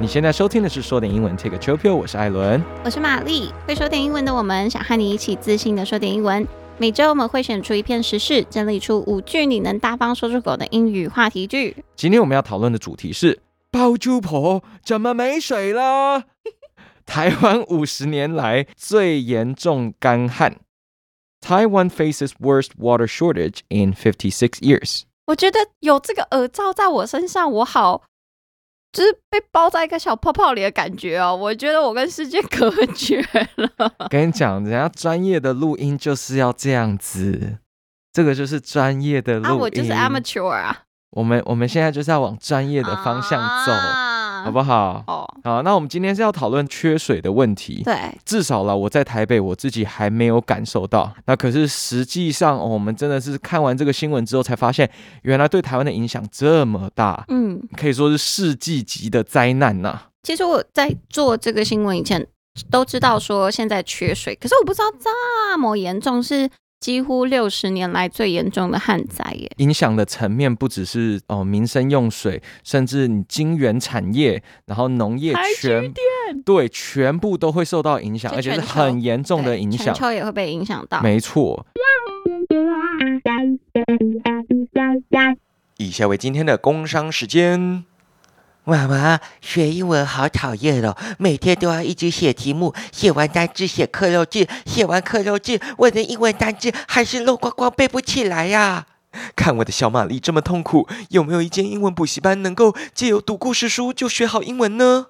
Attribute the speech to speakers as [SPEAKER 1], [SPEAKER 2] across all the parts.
[SPEAKER 1] 你现在收听的是《说点英文 Take a Chill Pill》，我是艾伦。
[SPEAKER 2] 我是玛丽，会说点英文的我们想和你一起自信的说点英文。每周我们会选出一篇时事，整理出五句你能大方说出口的英语话题句。
[SPEAKER 1] 今天我们要讨论的主题是包租婆怎么没水了？ 台湾五十年来最严重干旱。Taiwan faces worst water shortage in 56 years。
[SPEAKER 3] 我觉得有这个耳罩在我身上，我好就是被包在一个小泡泡里的感觉哦。我觉得我跟世界隔 绝了。
[SPEAKER 1] 跟你讲，人家专业的录音就是要这样子，这个就是专业的录音。
[SPEAKER 3] 啊，我就是 amateur 啊，
[SPEAKER 1] 我们我们现在就是要往专业的方向走，
[SPEAKER 3] 啊
[SPEAKER 1] 好不好？
[SPEAKER 3] 哦，
[SPEAKER 1] 好，那我们今天是要讨论缺水的问题。
[SPEAKER 3] 对，
[SPEAKER 1] 至少啦，我在台北我自己还没有感受到。那可是实际上、哦我们真的是看完这个新闻之后才发现，原来对台湾的影响这么大，
[SPEAKER 2] 嗯，
[SPEAKER 1] 可以说是世纪级的灾难呐、
[SPEAKER 2] 其实我在做这个新闻以前都知道说现在缺水，可是我不知道这么严重，是几乎六十年来最严重的旱灾耶。
[SPEAKER 1] 影响的层面不只是哦、民生用水，甚至你晶圆产业，然后农业
[SPEAKER 3] 台积
[SPEAKER 1] 全对全部都会受到影响，
[SPEAKER 2] 就
[SPEAKER 1] 而且是
[SPEAKER 2] 全球
[SPEAKER 1] 很严重的
[SPEAKER 2] 对
[SPEAKER 1] 影
[SPEAKER 2] 全
[SPEAKER 1] 响。
[SPEAKER 2] 球也会被影响到。
[SPEAKER 1] 没错。以下为今天的工商时间。
[SPEAKER 4] 娃娃学英文好讨厌哦，每天都要一直写题目，写完单字写克漏字，写完克漏字，我的英文单字还是漏光光，背不起来啊呀、
[SPEAKER 5] 看我的小玛丽这么痛苦，有没有一间英文补习班能够借由读故事书就学好英文呢？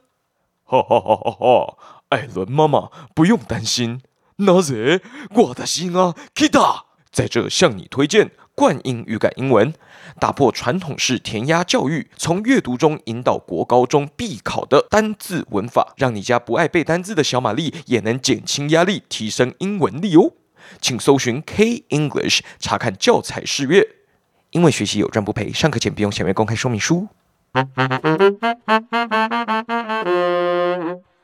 [SPEAKER 5] 哈哈哈哈哈！艾伦妈妈不用担心，那ぜ我的心啊，Kita，在这向你推荐冠英语感英文，打破传统式填鸭教育，从阅读中引导国高中必考的单字文法，让你家不爱背单字的小玛丽也能减轻压力，提升英文力哦。请搜寻 K English 查看教材试阅。英文学习有赚不赔，上课前不用详阅公开说明书。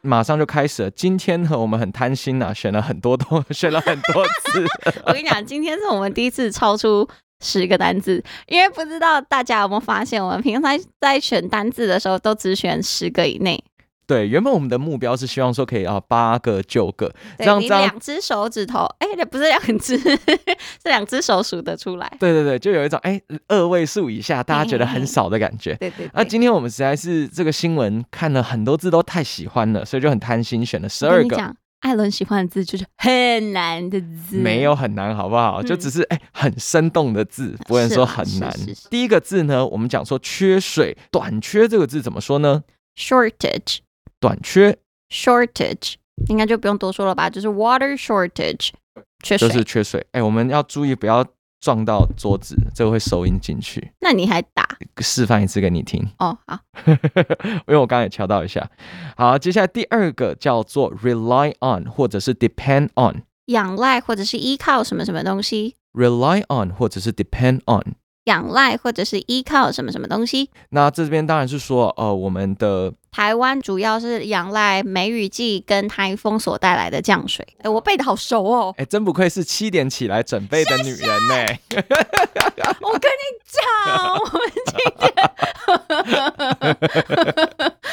[SPEAKER 1] 马上就开始了。今天呢，我们很贪心啊，选了很多东， 选了很多次。
[SPEAKER 2] 我跟 你讲，今天是我们第一次超出十个单字，因为不知道大家有没有发现，我们平常在选单字的时候都只选十个以内。
[SPEAKER 1] 对，原本我们的目标是希望说可以啊八个九个，这
[SPEAKER 2] 对
[SPEAKER 1] 样
[SPEAKER 2] 你
[SPEAKER 1] 这样，
[SPEAKER 2] 两只手指头，哎、不是两只， 是两只手数得出来。
[SPEAKER 1] 对对对，就有一种哎二位数以下大家觉得
[SPEAKER 2] 嘿嘿
[SPEAKER 1] 很
[SPEAKER 2] 嘿
[SPEAKER 1] 少的感觉。
[SPEAKER 2] 对
[SPEAKER 1] 那
[SPEAKER 2] 对嗯对，
[SPEAKER 1] 啊今天我们实在是这个新闻看了很多字都太喜欢了，所以就很贪心选了十
[SPEAKER 2] 我跟
[SPEAKER 1] 二
[SPEAKER 2] 你
[SPEAKER 1] 个，
[SPEAKER 2] 讲，艾伦喜欢的字就是很难的字，
[SPEAKER 1] 没有很难，好不好？
[SPEAKER 2] 嗯
[SPEAKER 1] 就只是哎、很生动的字，不能说很难。
[SPEAKER 2] 是是是
[SPEAKER 1] 第一个字呢，我们讲说缺水、短缺这个字怎么说呢？
[SPEAKER 2] shortage
[SPEAKER 1] 短缺
[SPEAKER 2] shortage，应该就不用多说了吧？就是 water shortage，缺
[SPEAKER 1] 就
[SPEAKER 2] 水。
[SPEAKER 1] 是缺水，哎、我们要注意不要撞到桌子，这个会收音进去。
[SPEAKER 2] 那你还打
[SPEAKER 1] 示范一次给你听，
[SPEAKER 2] 哦？好
[SPEAKER 1] 因为我刚刚也敲到一下。好，接下来第二个叫做 rely on 或者是 depend on。
[SPEAKER 2] 仰赖或者是依靠什么什么东西，
[SPEAKER 1] rely on 或者是 depend on，
[SPEAKER 2] 仰赖或者是依靠什么什么东西。
[SPEAKER 1] 那这边当然是说，呃，我们的
[SPEAKER 2] 台湾主要是仰赖梅雨季跟台风所带来的降水。
[SPEAKER 3] 哎、我背的好熟哦。
[SPEAKER 1] 哎，真不愧是七点起来准备的女人呢、
[SPEAKER 3] 我跟你讲，我们今天，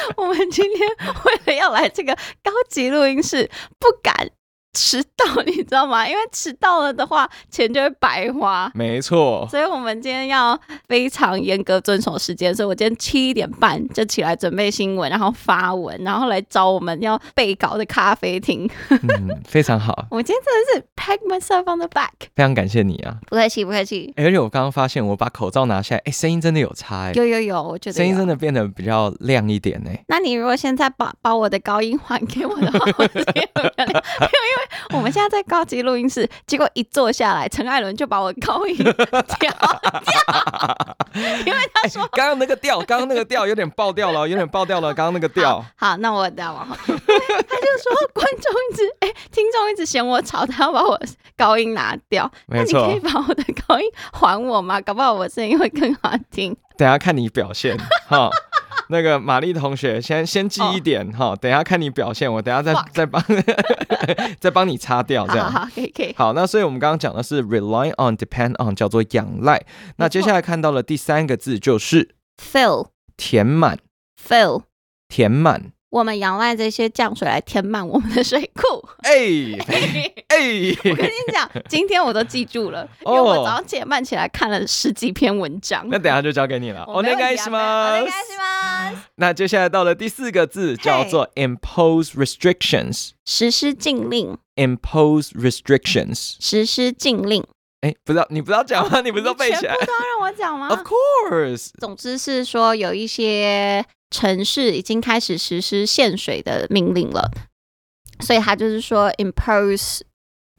[SPEAKER 2] 我们今天为了要来这个高级录音室，不敢迟到，你知道吗？因为迟到了的话，钱就会白花。
[SPEAKER 1] 没 错，
[SPEAKER 2] 所以我们今天要非常严格遵守时间，所以我今天七点半就起来准备新闻，然后发文，然后来找我们要备稿的咖啡厅。
[SPEAKER 1] 嗯，非常好，
[SPEAKER 2] 我今天真的是 pat myself on the back，
[SPEAKER 1] 非常感谢你啊！
[SPEAKER 2] 不客气，不客气。
[SPEAKER 1] 哎而且我刚刚发现，我把口罩拿下来，哎，声音真的有差、哎，
[SPEAKER 2] 有有有，我觉得
[SPEAKER 1] 声音
[SPEAKER 2] 有
[SPEAKER 1] 真的变得比较亮一点呢、
[SPEAKER 2] 那你如果现在把把我的高音还给我的话， 我今天有没有没有因为我们现在在高级录音室，结果一坐下来，陈艾伦就把我高音 调掉，因为他说。
[SPEAKER 1] 刚刚那个调，刚刚那个调有点爆掉了，有点爆掉了，刚刚那个调
[SPEAKER 2] 好。好，那我再往后。他就说观众一直哎、听众一直嫌我吵，他要把我高音拿掉。那
[SPEAKER 1] 没
[SPEAKER 2] 你
[SPEAKER 1] 错
[SPEAKER 2] 可以把我的高音还我吗？搞不好我声音会更好听。
[SPEAKER 1] 等一下看你表 现哈。那个玛丽同学，先先记一点哈、等一下看你表现，我等一下再
[SPEAKER 2] 哦 Fuck
[SPEAKER 1] 再帮 再帮 你擦掉
[SPEAKER 2] 好
[SPEAKER 1] 这样。
[SPEAKER 2] 好好，可以可以。
[SPEAKER 1] 好，那所以我们刚刚讲的是 rely on、depend on，叫做仰赖。那接下来看到了第三个字就是
[SPEAKER 2] Fill
[SPEAKER 1] 填满。
[SPEAKER 2] fill
[SPEAKER 1] 填满。
[SPEAKER 2] 我们仰赖这些降水来填满我们的水库。
[SPEAKER 1] 哎
[SPEAKER 2] 我跟
[SPEAKER 1] 哎，
[SPEAKER 2] 你讲，今天我都记住了，因为
[SPEAKER 1] 哦
[SPEAKER 2] 我早上七点半起来看了十几篇文章。
[SPEAKER 1] 那等哦一下就交给你了。
[SPEAKER 2] 我没有
[SPEAKER 1] 该
[SPEAKER 2] 提啊
[SPEAKER 1] 是
[SPEAKER 2] 没有お
[SPEAKER 1] 吗
[SPEAKER 2] 願い？します
[SPEAKER 1] 那接下来到了第四个字，叫做 impose restrictions。
[SPEAKER 2] 实施禁令，
[SPEAKER 1] impose restrictions。
[SPEAKER 2] 实施禁令，
[SPEAKER 1] 哎，不知道你不知道讲吗？你不
[SPEAKER 2] 你
[SPEAKER 1] 知道背起
[SPEAKER 2] 全
[SPEAKER 1] 来
[SPEAKER 2] 部都要让我讲吗
[SPEAKER 1] ？Of course，
[SPEAKER 2] 总之是说，有一些城市已经开始实施限水的命令了，所以他就是说 impose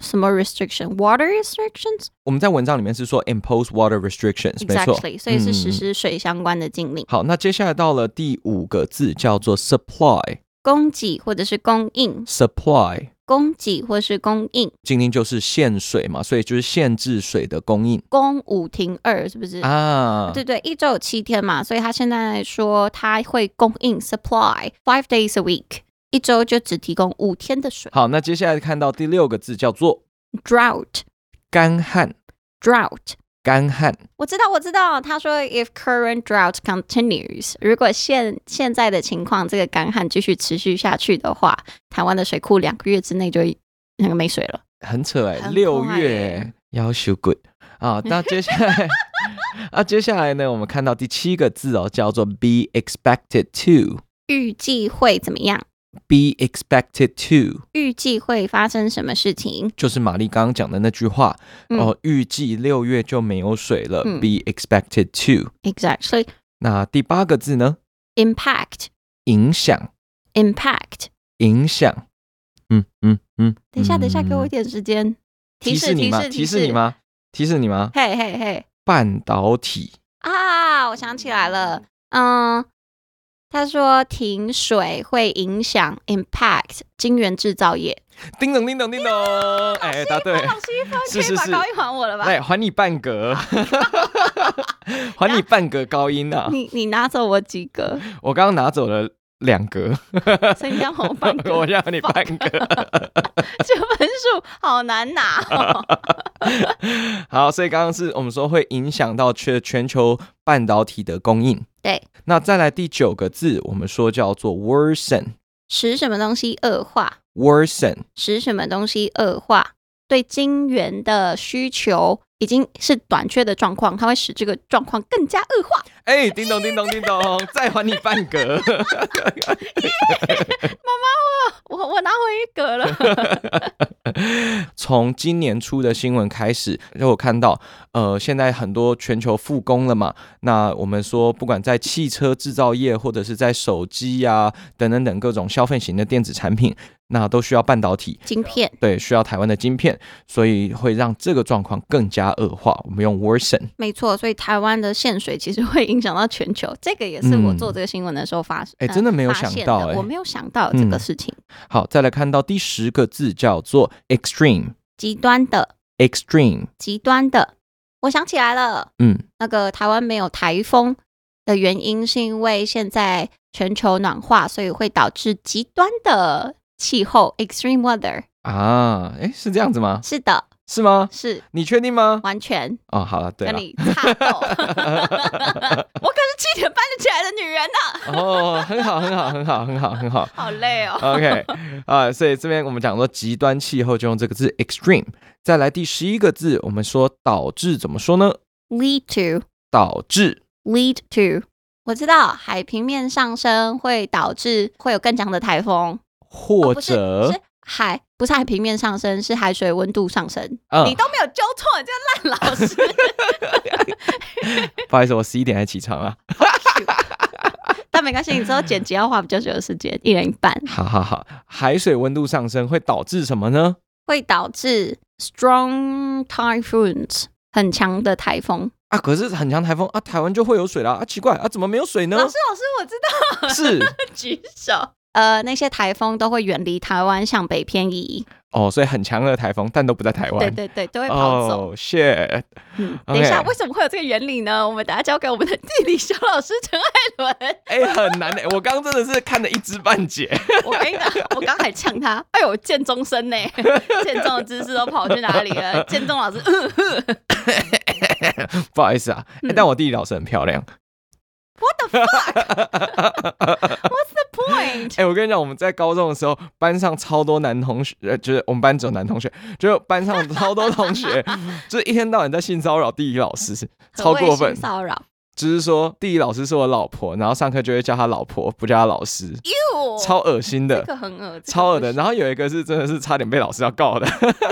[SPEAKER 2] 什么 restriction，water restrictions
[SPEAKER 1] 我们在文章里面是说 impose water restrictions，没错。
[SPEAKER 2] exactly，所以是实
[SPEAKER 1] 嗯
[SPEAKER 2] 施水相关的禁令，
[SPEAKER 1] 好，那接下来到了第五个字，叫做 supply。
[SPEAKER 2] 供给或者是供应，
[SPEAKER 1] supply
[SPEAKER 2] 供给或是供应，
[SPEAKER 1] 今天就是限水嘛，所以就是限制水的供应
[SPEAKER 2] 供五停二是不是？
[SPEAKER 1] 啊。
[SPEAKER 2] 对对，一周有七天嘛，所以他现在说他会供应 supply five days a week，一周就只提供五天的水。
[SPEAKER 1] 好，那接下来看到第六个字叫做
[SPEAKER 2] drought
[SPEAKER 1] 干旱。
[SPEAKER 2] drought
[SPEAKER 1] 干旱
[SPEAKER 2] 我知道，我知道。他说，if current drought continues，如果现现在的情况，这个干旱继续持续下去的话，台湾的水库两个月之内就会那个没水了。
[SPEAKER 1] 很扯哎、
[SPEAKER 2] 很啊
[SPEAKER 1] 六
[SPEAKER 2] 快
[SPEAKER 1] 月要求 good 啊。那接下来啊，接下来呢，我们看到第七个字哦，叫做 be expected to。
[SPEAKER 2] 预计会怎么样？
[SPEAKER 1] be expected to
[SPEAKER 2] 预计会发生什么事情？
[SPEAKER 1] 就是玛丽刚刚讲的那句话、
[SPEAKER 2] 嗯
[SPEAKER 1] 哦，预计六月就没有水了。
[SPEAKER 2] 嗯
[SPEAKER 1] be expected to。
[SPEAKER 2] Exactly.
[SPEAKER 1] 那第八个字呢？
[SPEAKER 2] Impact.
[SPEAKER 1] 影响，
[SPEAKER 2] Impact.
[SPEAKER 1] 影响。嗯嗯嗯。
[SPEAKER 2] 等一下，
[SPEAKER 1] 嗯
[SPEAKER 2] 等一下，给我一点时间。
[SPEAKER 1] 提
[SPEAKER 2] 示，
[SPEAKER 1] 你
[SPEAKER 2] 提
[SPEAKER 1] 吗？
[SPEAKER 2] 示，
[SPEAKER 1] 提
[SPEAKER 2] 提
[SPEAKER 1] 示你？吗？提示你吗？
[SPEAKER 2] 嘿嘿嘿！
[SPEAKER 1] 半导体
[SPEAKER 2] 啊，我想起来了。嗯，他说停水会影响 impact 晶圆制造业。
[SPEAKER 1] 叮咚叮咚叮咚，哎，答对，
[SPEAKER 2] 老师一分
[SPEAKER 1] 是
[SPEAKER 2] 可
[SPEAKER 1] 是
[SPEAKER 2] 以把
[SPEAKER 1] 是
[SPEAKER 2] 高音还我了吧？
[SPEAKER 1] 来还你半格， 还你半格高音啊！
[SPEAKER 2] 你你拿走我几个，
[SPEAKER 1] 我刚刚拿走了两格，
[SPEAKER 2] 所以你要我半
[SPEAKER 1] 我
[SPEAKER 2] 个，
[SPEAKER 1] 让你半格。
[SPEAKER 2] 这分数好难拿、 哦。
[SPEAKER 1] 好，所以刚刚是我们说会影响到全全球半导体的供应。
[SPEAKER 2] 对，
[SPEAKER 1] 那再来第九个字，我们说叫做 worsen，worsen
[SPEAKER 2] 使什么东西恶化？使什么东西恶化？对晶圆的需求已经是短缺的状况，它会使这个状况更加恶化。
[SPEAKER 1] 哎、叮咚叮咚叮咚， 再还你半格。
[SPEAKER 2] 我我拿回一格了。
[SPEAKER 1] 从今年初的新闻开始，就有看到，呃，现在很多全球复工了嘛。那我们说，不管在汽车制造业，或者是在手机呀、等等等各种消费型的电子产品，那都需要半导体，
[SPEAKER 2] 晶片
[SPEAKER 1] 对，需要台湾的晶片，所以会让这个状况更加恶化。我们用 worsen，
[SPEAKER 2] 没错，所以台湾的限水其实会影响到全球，这个也是我做这个新闻的时候发生。
[SPEAKER 1] 嗯哎真的没有
[SPEAKER 2] 呃发现
[SPEAKER 1] 想到
[SPEAKER 2] 的
[SPEAKER 1] 哎
[SPEAKER 2] 我没有想到这个
[SPEAKER 1] 嗯
[SPEAKER 2] 事情，
[SPEAKER 1] 好，再来看到第十个字叫做 extreme，extreme，
[SPEAKER 2] 极端的极端的，我想起来了。
[SPEAKER 1] 嗯，
[SPEAKER 2] 那个台湾没有台风的原因，是因为现在全球暖化，所以会导致极端的气候 （extreme weather）。
[SPEAKER 1] 啊，哎，是这样子吗？
[SPEAKER 2] 是的，
[SPEAKER 1] 是吗？
[SPEAKER 2] 是
[SPEAKER 1] 你确定吗？
[SPEAKER 2] 完全
[SPEAKER 1] 哦，好了，对
[SPEAKER 2] 跟
[SPEAKER 1] 了，
[SPEAKER 2] 你擦斗。我可是七点半就起来的女人呢、
[SPEAKER 1] 哦，很好，很好，很好，很好，很好。
[SPEAKER 2] 好累哦。
[SPEAKER 1] OK，啊、 所以这边我们讲说极端气候就用这个字 extreme。再来第十一个字，我们说导致怎么说呢？
[SPEAKER 2] Lead to
[SPEAKER 1] 导致
[SPEAKER 2] lead to，我知道海平面上升会导致会有更强的台风，
[SPEAKER 1] 或
[SPEAKER 2] 哦不是
[SPEAKER 1] 者、
[SPEAKER 2] 是海不是海平面上升，是海水温度上升。
[SPEAKER 1] 嗯
[SPEAKER 2] 你都没有纠错，你这个烂老师。
[SPEAKER 1] 不好意思，我十一点才起床啊。
[SPEAKER 2] 但没关系，你之后剪辑要花比较久的时间，一人一半，
[SPEAKER 1] 好好好，海水温度上升会导致什么呢？
[SPEAKER 2] 会导致 strong typhoons 很强的台风。
[SPEAKER 1] 啊，可是很强台风啊，台湾就会有水啦。啊，奇怪啊，怎么没有水呢
[SPEAKER 2] 老？师，老师，我知道，
[SPEAKER 1] 是
[SPEAKER 2] 举手。呃，那些台风都会远离台湾，向北偏移。
[SPEAKER 1] 哦，所以很强的台风，但都不在台湾。
[SPEAKER 2] 对对对，都会跑走。
[SPEAKER 1] 哦、shit，
[SPEAKER 2] 嗯
[SPEAKER 1] OK
[SPEAKER 2] 等一下，为什么会有这个原理呢？我们等下交给我们的地理小老师陈艾 伦。
[SPEAKER 1] 哎、很难哎、我刚刚真的是看了一知半解。
[SPEAKER 2] 我跟你讲，我刚还呛他，哎呦，建中生呢，建中的知识都跑去哪里了？建中老师，嗯
[SPEAKER 1] 不好意思啊，欸
[SPEAKER 2] 嗯
[SPEAKER 1] 但我地理老师很漂亮。
[SPEAKER 2] What the fuck? What's the point.
[SPEAKER 1] 哎、我跟你讲，我们在高中的时候，班上超多男同学，呃，就是我们班只有男同学，就是班上超多同学， 就是一天到晚在性骚扰地理老 师，超
[SPEAKER 2] 何谓
[SPEAKER 1] 过
[SPEAKER 2] 性
[SPEAKER 1] 分。
[SPEAKER 2] 骚扰，
[SPEAKER 1] 就是说，地理老师是我老婆，然后上课就会叫她老婆，不叫她老师， 超恶心
[SPEAKER 2] 哦哎这
[SPEAKER 1] 的，
[SPEAKER 2] 个很恶，
[SPEAKER 1] 超恶的。
[SPEAKER 2] 后
[SPEAKER 1] 然后有一个是真的是差点被老师要告的，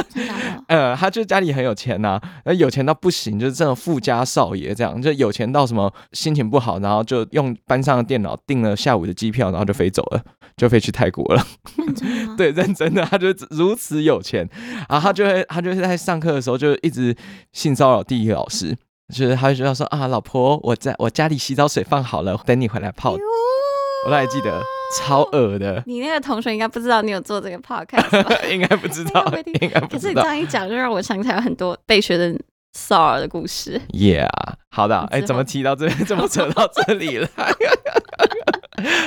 [SPEAKER 2] 真的吗
[SPEAKER 1] 呃，他就家里很有钱呐、那有钱到不行，就是这种富家少爷这样，就有钱到什么心情不好，然后就用班上的电脑订了下午的机票，然后就飞走了，就飞去泰国了。
[SPEAKER 2] 认真的 吗？，
[SPEAKER 1] 对，认真的，他就如此有钱，然后他就会他就会在上课的时候就一直性骚扰地理老师，就是他就要说啊，老婆，我在我家里洗澡水放好了，等你回来泡。我都还记得，超恶的
[SPEAKER 2] 你那个同学应该不知道你有做这个 podcast 吧？
[SPEAKER 1] 应该不知道
[SPEAKER 2] 应该不一，定
[SPEAKER 1] 应该
[SPEAKER 2] 可
[SPEAKER 1] 不
[SPEAKER 2] 是
[SPEAKER 1] 知
[SPEAKER 2] 你这
[SPEAKER 1] 道。
[SPEAKER 2] 样一讲，就让我想起来有很多被学生骚扰的故事。
[SPEAKER 1] Yeah，好的，哎、
[SPEAKER 2] 之
[SPEAKER 1] 怎么
[SPEAKER 2] 后
[SPEAKER 1] 提到这边，怎么扯到这里了？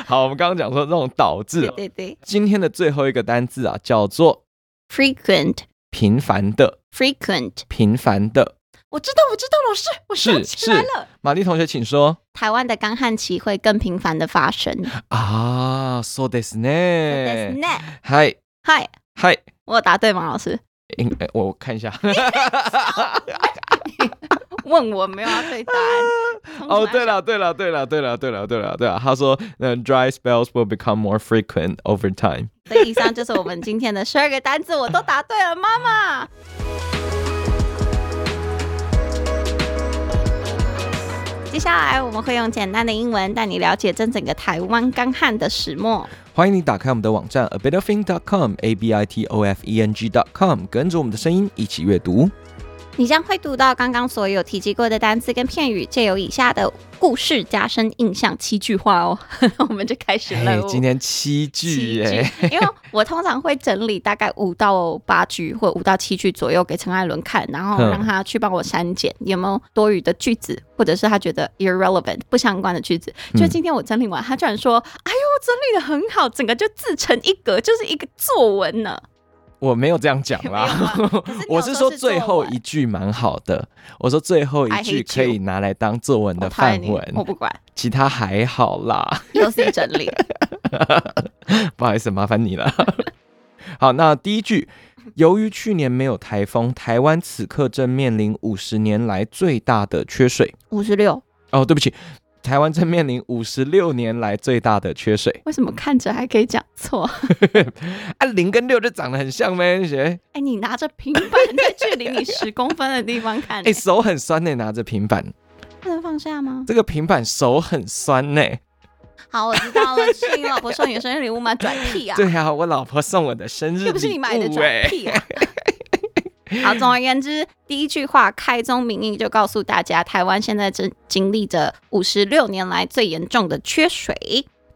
[SPEAKER 1] 好，我们刚刚讲说这种导致
[SPEAKER 2] 对， 对对
[SPEAKER 1] 今天的最后一个单字啊，叫做
[SPEAKER 2] ，frequent
[SPEAKER 1] 频繁的，
[SPEAKER 2] frequent，
[SPEAKER 1] 频繁的。
[SPEAKER 2] 我知道，我知道，老师，我想
[SPEAKER 1] 是
[SPEAKER 2] 起来
[SPEAKER 1] 是
[SPEAKER 2] 了。，
[SPEAKER 1] 玛丽同学，请说。
[SPEAKER 2] 台湾的干旱期会更频繁的发生。
[SPEAKER 1] 啊，そうです
[SPEAKER 2] 对
[SPEAKER 1] ね。嗨
[SPEAKER 2] 嗨，
[SPEAKER 1] 嗨，
[SPEAKER 2] 我有答对吗，老 师？
[SPEAKER 1] 应呃我看一下。
[SPEAKER 3] 问我没有要对答案。
[SPEAKER 1] 哦，对了对了对了对了对了对了对了，他说，呃，dry spells will become more frequent over time。
[SPEAKER 2] 所以以上就是我们今天的十二个单字，我都答对了，妈妈。接下来我们会用简单的英文带你了解这整个台湾干旱的始末。
[SPEAKER 1] 欢迎你打开我们的网站 abitofing.com a b i t o f e n g dot com，跟着我们的声音一起阅读。
[SPEAKER 2] 你将会读到刚刚所有提及过的单词跟片语，借由以下的故事加深印象七句话哦。 我们就开始了
[SPEAKER 1] 哎
[SPEAKER 2] 哦。，
[SPEAKER 1] 今天七句哎
[SPEAKER 2] 七
[SPEAKER 1] 耶，
[SPEAKER 2] 句，因为我通常会整理大概五到八句或五到七句左右给陈艾伦看，然后
[SPEAKER 1] 嗯
[SPEAKER 2] 让他去帮我删减有没有多余的句子，或者是他觉得 irrelevant 不相关的句子。就
[SPEAKER 1] 嗯
[SPEAKER 2] 今天我整理完，他居然说：“哎呦，整理的很好，整个就自成一格，就是一个作文呢。
[SPEAKER 1] 我没有这样讲啦
[SPEAKER 2] 没有啊可是你，有
[SPEAKER 1] 我是
[SPEAKER 2] 说
[SPEAKER 1] 说
[SPEAKER 2] 是
[SPEAKER 1] 最
[SPEAKER 2] 作
[SPEAKER 1] 后
[SPEAKER 2] 文
[SPEAKER 1] 一句蛮好的，我说最后一
[SPEAKER 2] I
[SPEAKER 1] 句
[SPEAKER 2] hate
[SPEAKER 1] 可以
[SPEAKER 2] you
[SPEAKER 1] 拿来当作文”
[SPEAKER 2] 我
[SPEAKER 1] 的
[SPEAKER 2] 讨厌
[SPEAKER 1] 范
[SPEAKER 2] 你，我
[SPEAKER 1] 文，
[SPEAKER 2] 不管，
[SPEAKER 1] 其他还好啦，
[SPEAKER 2] 又是整 理。
[SPEAKER 1] 不好意思，麻烦你了。 好，那第一句，由于去年没有台风，台湾此刻正面临五十年来最大的缺水。
[SPEAKER 2] 五十六，
[SPEAKER 1] 哦，对不起，台湾正面临五十六年来最大的缺水。
[SPEAKER 2] 为什么看着还可以讲错？
[SPEAKER 1] 啊，零跟六就长得很像呗，学
[SPEAKER 2] 哎，你拿着平板在距离你十公分的地方看、
[SPEAKER 1] 哎、手很酸呢、拿着平板，
[SPEAKER 2] 能放下吗？
[SPEAKER 1] 这个平板手很酸呢、
[SPEAKER 2] 好，我知道了，是你老婆送你的生日礼物吗？转屁啊！
[SPEAKER 1] 对啊，我老婆送我的生日礼物、欸，
[SPEAKER 2] 又不是你买的，转屁啊！ 好，总而言之，第一句话开宗明义就告诉大家，台湾现在正经历着五十六年来最严重的缺水。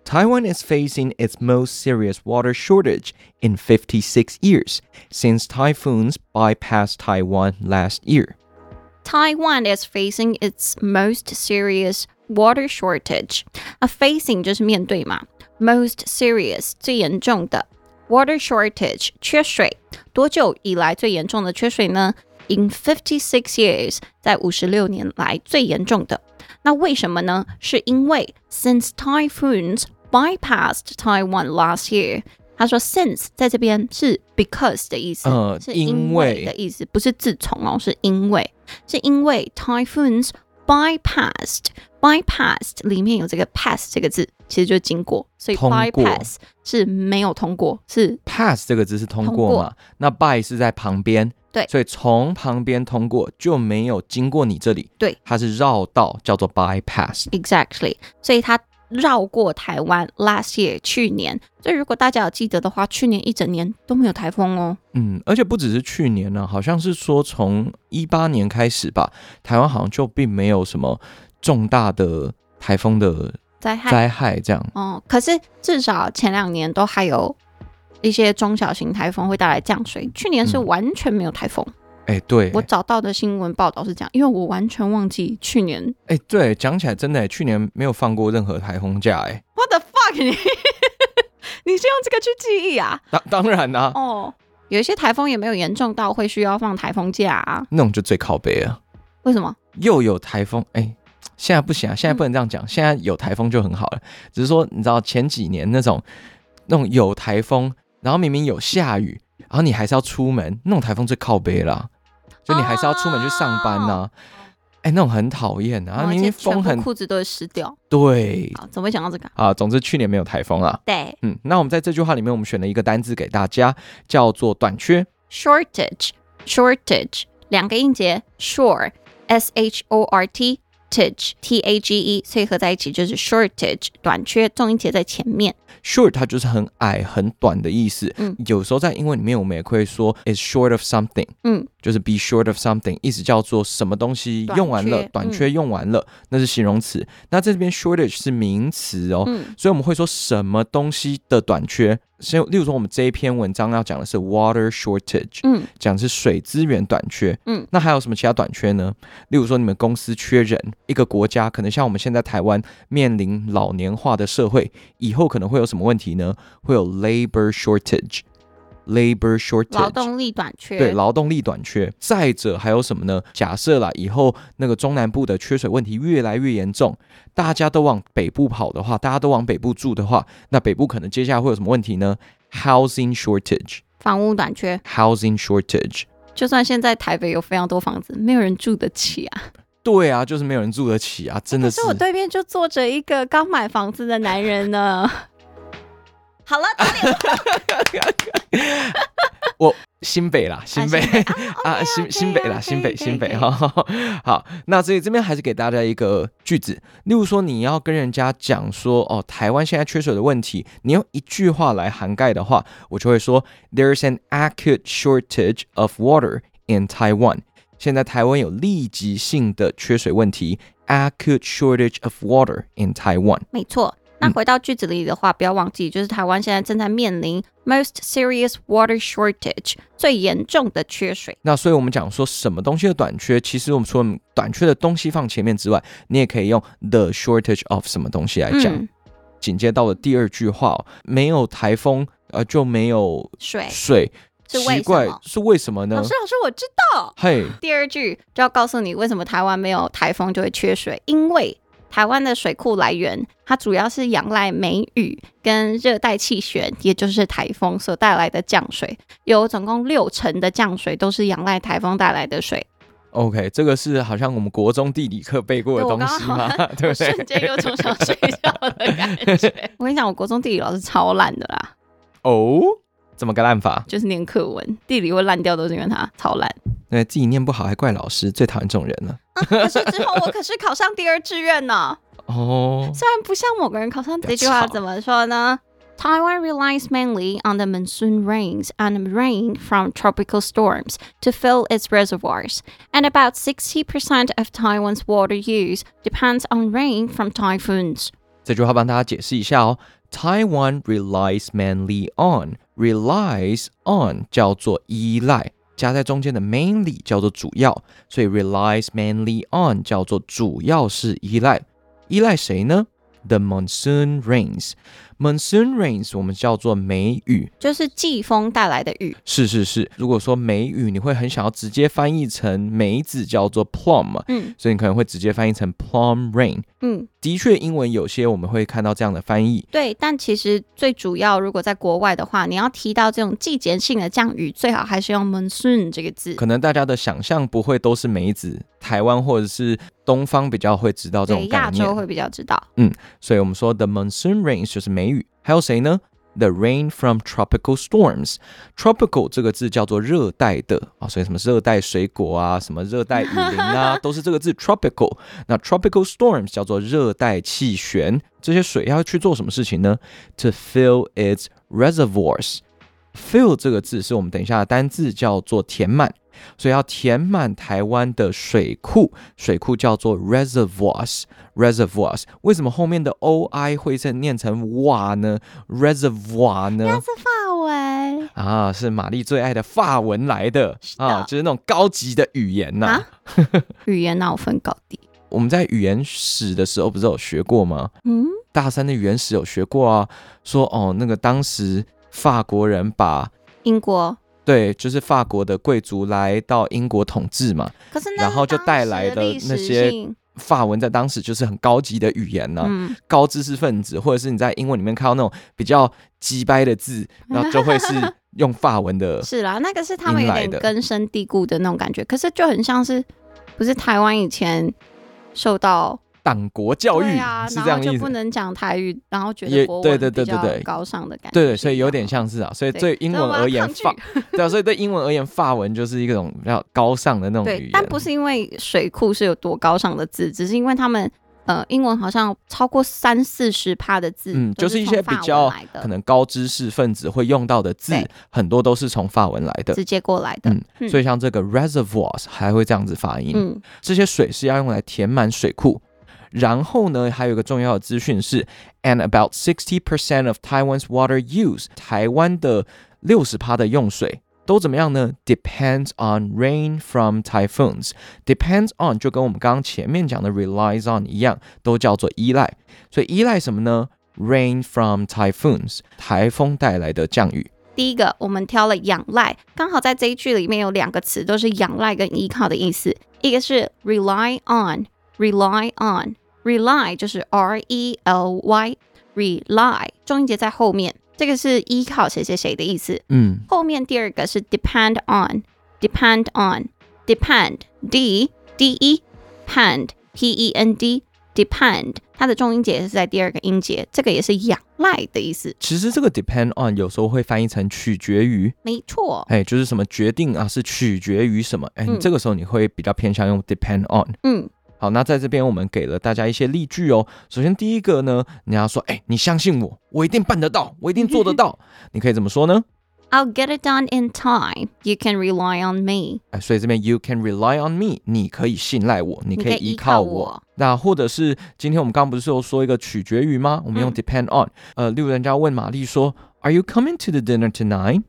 [SPEAKER 1] Taiwan is facing its most serious water shortage in 56 years since typhoons bypassed Taiwan last year.
[SPEAKER 2] Taiwan is facing its most serious water shortage. 啊，facing 就是面对嘛，most serious 最严重的 water shortage 缺水，多久以来最严重的缺水呢？In fifty six years，在五十六年来最严重的。那为什么呢？是因为 since typhoons bypassed Taiwan last year。他说，since 在这边是 because 的意思，
[SPEAKER 1] 呃
[SPEAKER 2] 是
[SPEAKER 1] 因
[SPEAKER 2] 因为
[SPEAKER 1] 为
[SPEAKER 2] 的意思，不是自从哦，是因为。是因为 typhoons bypassed bypassed 里面有这个 pass 这个字，其实就是经过，所以
[SPEAKER 1] 通过
[SPEAKER 2] bypass 是没有通过，是
[SPEAKER 1] Pass 这个字是通过嘛？那 by 是在旁边，
[SPEAKER 2] 对
[SPEAKER 1] 所以从旁边通过就没有经过你这里，
[SPEAKER 2] 对，
[SPEAKER 1] 它是绕道，叫做 bypass。
[SPEAKER 2] exactly，所以它绕过台湾 last year 去年，所以如果大家有记得的话，去年一整年都没有台风哦。
[SPEAKER 1] 嗯，而且不只是去年呢、好像是说从一八年开始吧，台湾好像就并没有什么重大的台风的
[SPEAKER 2] 灾害
[SPEAKER 1] 灾害这样。
[SPEAKER 2] 哦，可是至少前两年都还有一些中小型台风会带来降水，去年是
[SPEAKER 1] 嗯
[SPEAKER 2] 完全没有台风。
[SPEAKER 1] 哎、对，
[SPEAKER 2] 我找到的新闻报道是这样，因为我完全忘记去年
[SPEAKER 1] 哎、对，讲起来真的欸，去年没有放过任何台风假，哎，
[SPEAKER 2] What the fuck？你 你是用这个去记忆啊？
[SPEAKER 1] 当当然啦、
[SPEAKER 2] 哦，有一些台风也没有严重到会需要放台风假啊？
[SPEAKER 1] 那种就最靠背了，
[SPEAKER 2] 为什么？
[SPEAKER 1] 又有台风，哎、现在不行啊，现在不能这样
[SPEAKER 2] 嗯
[SPEAKER 1] 讲，现在有台风就很好了。只是说，你知道前几年那种那种有台风，然后明明有下雨，然后你还是要出门，那种台风最靠背啦，就你还是要出门去上班呐、哎、那种很讨厌啊！
[SPEAKER 2] 哦而
[SPEAKER 1] 明
[SPEAKER 2] 且
[SPEAKER 1] 明
[SPEAKER 2] 哦全
[SPEAKER 1] 风
[SPEAKER 2] 部
[SPEAKER 1] 很
[SPEAKER 2] 裤子都会湿掉。
[SPEAKER 1] 对
[SPEAKER 2] 好，怎么会讲到这个啊？
[SPEAKER 1] 啊，总之去年没有台风啦。
[SPEAKER 2] 对
[SPEAKER 1] 嗯，那我们在这句话里面，我们选了一个单字给大家，叫做短缺。
[SPEAKER 2] ，shortage，shortage，两个音节，short，s h o r t。Tage, t a g e，所以合在一起就是 shortage，短缺，重音节在前面。
[SPEAKER 1] short 它就是很矮、很短的意思。
[SPEAKER 2] 嗯
[SPEAKER 1] 有时候在英文里面，我们也会说 is short of something，
[SPEAKER 2] 嗯，
[SPEAKER 1] 就是 be short of something，意思叫做什么东西
[SPEAKER 2] 短缺
[SPEAKER 1] 用完了，短
[SPEAKER 2] 嗯
[SPEAKER 1] 缺用完了，那是形容词。那这边 shortage 是名词哦。
[SPEAKER 2] 嗯
[SPEAKER 1] 所以我们会说什么东西的短缺，先例如说我们这一篇文章要讲的是 water shortage，
[SPEAKER 2] 嗯
[SPEAKER 1] 讲的是水资源短缺，
[SPEAKER 2] 嗯，
[SPEAKER 1] 那还有什么其他短缺呢？例如说，你们公司缺人，一个国家可能像我们现在台湾面临老年化的社会，以后可能会有什么问题呢？会有 labor shortage，labor
[SPEAKER 2] 劳
[SPEAKER 1] shortage。
[SPEAKER 2] 动力短缺。
[SPEAKER 1] 对劳动力短缺，再者还有什么呢？假设啦，以后那个中南部的缺水问题越来越严重，大家都往北部跑的话，大家都往北部住的话，那北部可能接下来会有什么问题呢？Housing shortage，housing
[SPEAKER 2] 房屋短缺，
[SPEAKER 1] shortage。
[SPEAKER 2] 就算现在台北有非常多房子，没有人住得起啊。
[SPEAKER 1] 对啊，就是没有人住得起啊，真的
[SPEAKER 3] 可是我对面就坐着一个刚买房子的男人呢。
[SPEAKER 2] 好了，早点
[SPEAKER 1] 新北啦，新北 啊，新新北啦，新北新北
[SPEAKER 2] 哈。
[SPEAKER 1] 哈。 好，那所以这边还是给大家一个句子，例如说你要跟人家讲说哦，台湾现在缺水的问题，你用一句话来涵盖的话，我就会说 There's an acute shortage of water in Taiwan。现在台湾有立即性的缺水问题，acute shortage of water in Taiwan。
[SPEAKER 2] 没错。那
[SPEAKER 1] 嗯
[SPEAKER 2] 回到句子里的话，不要忘记，就是台湾现在正在面临 most serious water shortage 最严重的缺水。
[SPEAKER 1] 那所以我们讲说什么东西的短缺，其实我们除了短缺的东西放前面之外，你也可以用 the shortage of 什么东西来讲。
[SPEAKER 2] 嗯，
[SPEAKER 1] 紧接到了第二句话、哦，没有台风，呃，就没有
[SPEAKER 2] 水
[SPEAKER 1] 水，
[SPEAKER 2] 是为
[SPEAKER 1] 奇
[SPEAKER 2] 什
[SPEAKER 1] 怪
[SPEAKER 2] 么？
[SPEAKER 1] 是为什么
[SPEAKER 3] 老
[SPEAKER 1] 呢
[SPEAKER 3] 师，？老师，我知道，
[SPEAKER 1] 嘿，
[SPEAKER 2] 第二句就要告诉你为什么台湾没有台风就会缺水，因为台湾的水库来源，它主要是仰赖梅雨跟热带气旋，也就是台风所带来的降水，有总共六成的降水都是仰赖台风带来的水。
[SPEAKER 1] OK，这个是好像我们国中地理课背过的
[SPEAKER 2] 对我
[SPEAKER 1] 东
[SPEAKER 2] 刚
[SPEAKER 1] 西
[SPEAKER 2] 好
[SPEAKER 1] 嘛， 对不对？
[SPEAKER 2] 我瞬间又从小睡觉的感觉。 我跟你讲，我国中地理老师超烂的啦，
[SPEAKER 1] 哦，怎么个烂法？
[SPEAKER 2] 就是念课文，地理会烂掉都是因为他超烂。
[SPEAKER 1] 对自己念不好还怪老师，最讨厌这种人了。
[SPEAKER 3] 啊可是之后我可是考上第二志愿呢。
[SPEAKER 1] 哦，
[SPEAKER 2] 虽然不像某个人考上
[SPEAKER 1] 不要
[SPEAKER 2] 这句话
[SPEAKER 1] 吵
[SPEAKER 2] 怎么说呢？Taiwan relies mainly on the monsoon rains and rain from tropical storms to fill its reservoirs, and about 60% of Taiwan's water use depends on rain from typhoons.
[SPEAKER 1] 这句话帮大家解释一下哦。Taiwan relies mainly on relies on 叫做依赖，加在中间的 mainly 叫做主要，所以 relies mainly on 叫做主要是依赖，依赖谁呢？The monsoon rains. Monsoon rains 我们叫做梅雨，
[SPEAKER 2] 就是季风带来的雨，
[SPEAKER 1] 是是是，如果说梅雨，你会很想要直接翻译成梅子叫做 plum 嘛，
[SPEAKER 2] 嗯
[SPEAKER 1] 所以你可能会直接翻译成 plum rain。
[SPEAKER 2] 嗯，
[SPEAKER 1] 的确，英文有些我们会看到这样的翻译，
[SPEAKER 2] 对。但其实最主要，如果在国外的话，你要提到这种季节性的降雨，最好还是用 monsoon 这个字。
[SPEAKER 1] 可能大家的想象不会都是梅子，台湾或者是东方比较会知道这
[SPEAKER 2] 对，
[SPEAKER 1] 种概
[SPEAKER 2] 亚洲
[SPEAKER 1] 念。
[SPEAKER 2] 会比较知道。
[SPEAKER 1] 所以我们说 the monsoon rains 就是梅雨，还有谁呢？The rain from tropical storms。Tropical 这个字叫做热带的啊，所以什么热带水果啊，什么热带雨林啊，都是这个字 tropical。那 tropical storms 叫做热带气旋，这些水要去做什么事情呢？To fill its reservoirs。Fill 这个字是我们等一下的单字，叫做填满，所以要填满台湾的水库，水库叫做 reservoirs。reservoirs 为什么后面的 o i 会是念成哇呢？reservoir 呢？
[SPEAKER 2] 是法文。
[SPEAKER 1] 啊，是玛丽最爱的法文来的
[SPEAKER 2] 的
[SPEAKER 1] 啊，就是那种高级的语言呐、
[SPEAKER 2] 啊语言哪有分高低？
[SPEAKER 1] 我们在语言史的时候不是有学过吗？
[SPEAKER 2] 嗯，
[SPEAKER 1] 大三的语言史有学过啊，说哦，那个当时法国人把
[SPEAKER 2] 英国。
[SPEAKER 1] 对，就是法国的贵族来到英国统治嘛，
[SPEAKER 2] 可是那
[SPEAKER 1] 然后就带来的那些法文在当时就是很高级的语言呢、
[SPEAKER 2] 嗯，
[SPEAKER 1] 高知识分子，或者是你在英文里面看到那种比较鸡掰的 字，然后就会是用法文的。
[SPEAKER 2] 是啦，那个是他们有点
[SPEAKER 1] 迎来的
[SPEAKER 2] 根深蒂固的那种感觉，可是就很像是不是台湾以前受到
[SPEAKER 1] 党国教育、
[SPEAKER 2] 对啊，
[SPEAKER 1] 是这
[SPEAKER 2] 然后
[SPEAKER 1] 样的
[SPEAKER 2] 就
[SPEAKER 1] 意
[SPEAKER 2] 不
[SPEAKER 1] 思。
[SPEAKER 2] 能讲台语，然后觉
[SPEAKER 1] 也
[SPEAKER 2] 得国
[SPEAKER 1] 对
[SPEAKER 2] 文
[SPEAKER 1] 对对
[SPEAKER 2] 比
[SPEAKER 1] 对
[SPEAKER 2] 较
[SPEAKER 1] 对
[SPEAKER 2] 高尚的感觉，
[SPEAKER 1] 对对，所以有点
[SPEAKER 2] 是
[SPEAKER 1] 像是啊，所以
[SPEAKER 2] 对
[SPEAKER 1] 对英
[SPEAKER 2] 这样
[SPEAKER 1] 文
[SPEAKER 2] 我要
[SPEAKER 1] 而言
[SPEAKER 2] 抗拒
[SPEAKER 1] 法，对啊，所以对英文而言，法文就是一种比较高尚的那种
[SPEAKER 2] 这样
[SPEAKER 1] 语言，，
[SPEAKER 2] 对但不是因为水库是有多高尚的字，只是因为他们呃英文好像超过三四十趴的字，
[SPEAKER 1] 嗯
[SPEAKER 2] 都
[SPEAKER 1] 就是是一
[SPEAKER 2] 从
[SPEAKER 1] 些
[SPEAKER 2] 法
[SPEAKER 1] 比
[SPEAKER 2] 文
[SPEAKER 1] 较
[SPEAKER 2] 来的
[SPEAKER 1] 可能高知识分子会用到的字
[SPEAKER 2] 对，
[SPEAKER 1] 很多都是从法文来的。
[SPEAKER 2] 直接过来的，
[SPEAKER 1] 嗯，
[SPEAKER 2] 嗯
[SPEAKER 1] 所以像这个 reservoirs 还会这样子发音。
[SPEAKER 2] 嗯
[SPEAKER 1] 这些水是要用来填满水库。然后呢，还有一个重要的资讯是，and about sixty percent of Taiwan's water use，台湾的六十趴的用水都怎么样呢？Depends on rain from typhoons。Depends on 就跟我们刚刚前面讲的 relies on 一样，都叫做依赖。所以依赖什么呢？Rain from typhoons，台风带来的降雨。
[SPEAKER 2] 第一个，我们挑了仰赖，刚好在这一句里面有两个词都是仰赖跟依靠的意思，一个是 rely on，rely on，rely 就是 r e l y，rely 重音节在后面，这个是依靠谁谁谁的意思。
[SPEAKER 1] 嗯，
[SPEAKER 2] 后面第二个是 depend on，depend on，depend d d e pend p e n d depend，它的重音节是在第二个音节，这个也是仰赖的意思，
[SPEAKER 1] 其实这个 depend on 有时候会翻译成取决于，
[SPEAKER 2] 没错。
[SPEAKER 1] 哎，就是什么决定啊，是取决于什么？哎，你
[SPEAKER 2] 嗯
[SPEAKER 1] 这个时候你会比较偏向用 depend on。
[SPEAKER 2] 嗯，
[SPEAKER 1] 好，那在这边我们给了大家一些例句哦。首先第一个呢，你要说，哎，你相信我，我一定办得到，我一定做得到。你可以怎么说呢？
[SPEAKER 2] I'll get it done in time. You can rely on me.
[SPEAKER 1] 哎，所以这边 you can rely on me，你可以信赖我，你可以
[SPEAKER 2] 你可以
[SPEAKER 1] 依
[SPEAKER 2] 依靠
[SPEAKER 1] 靠
[SPEAKER 2] 我
[SPEAKER 1] 我。那或者是今天我们刚刚不是有说一个取决于吗？我们用
[SPEAKER 2] 嗯
[SPEAKER 1] depend on。呃，例如人家问玛丽说，Are you coming to the dinner tonight？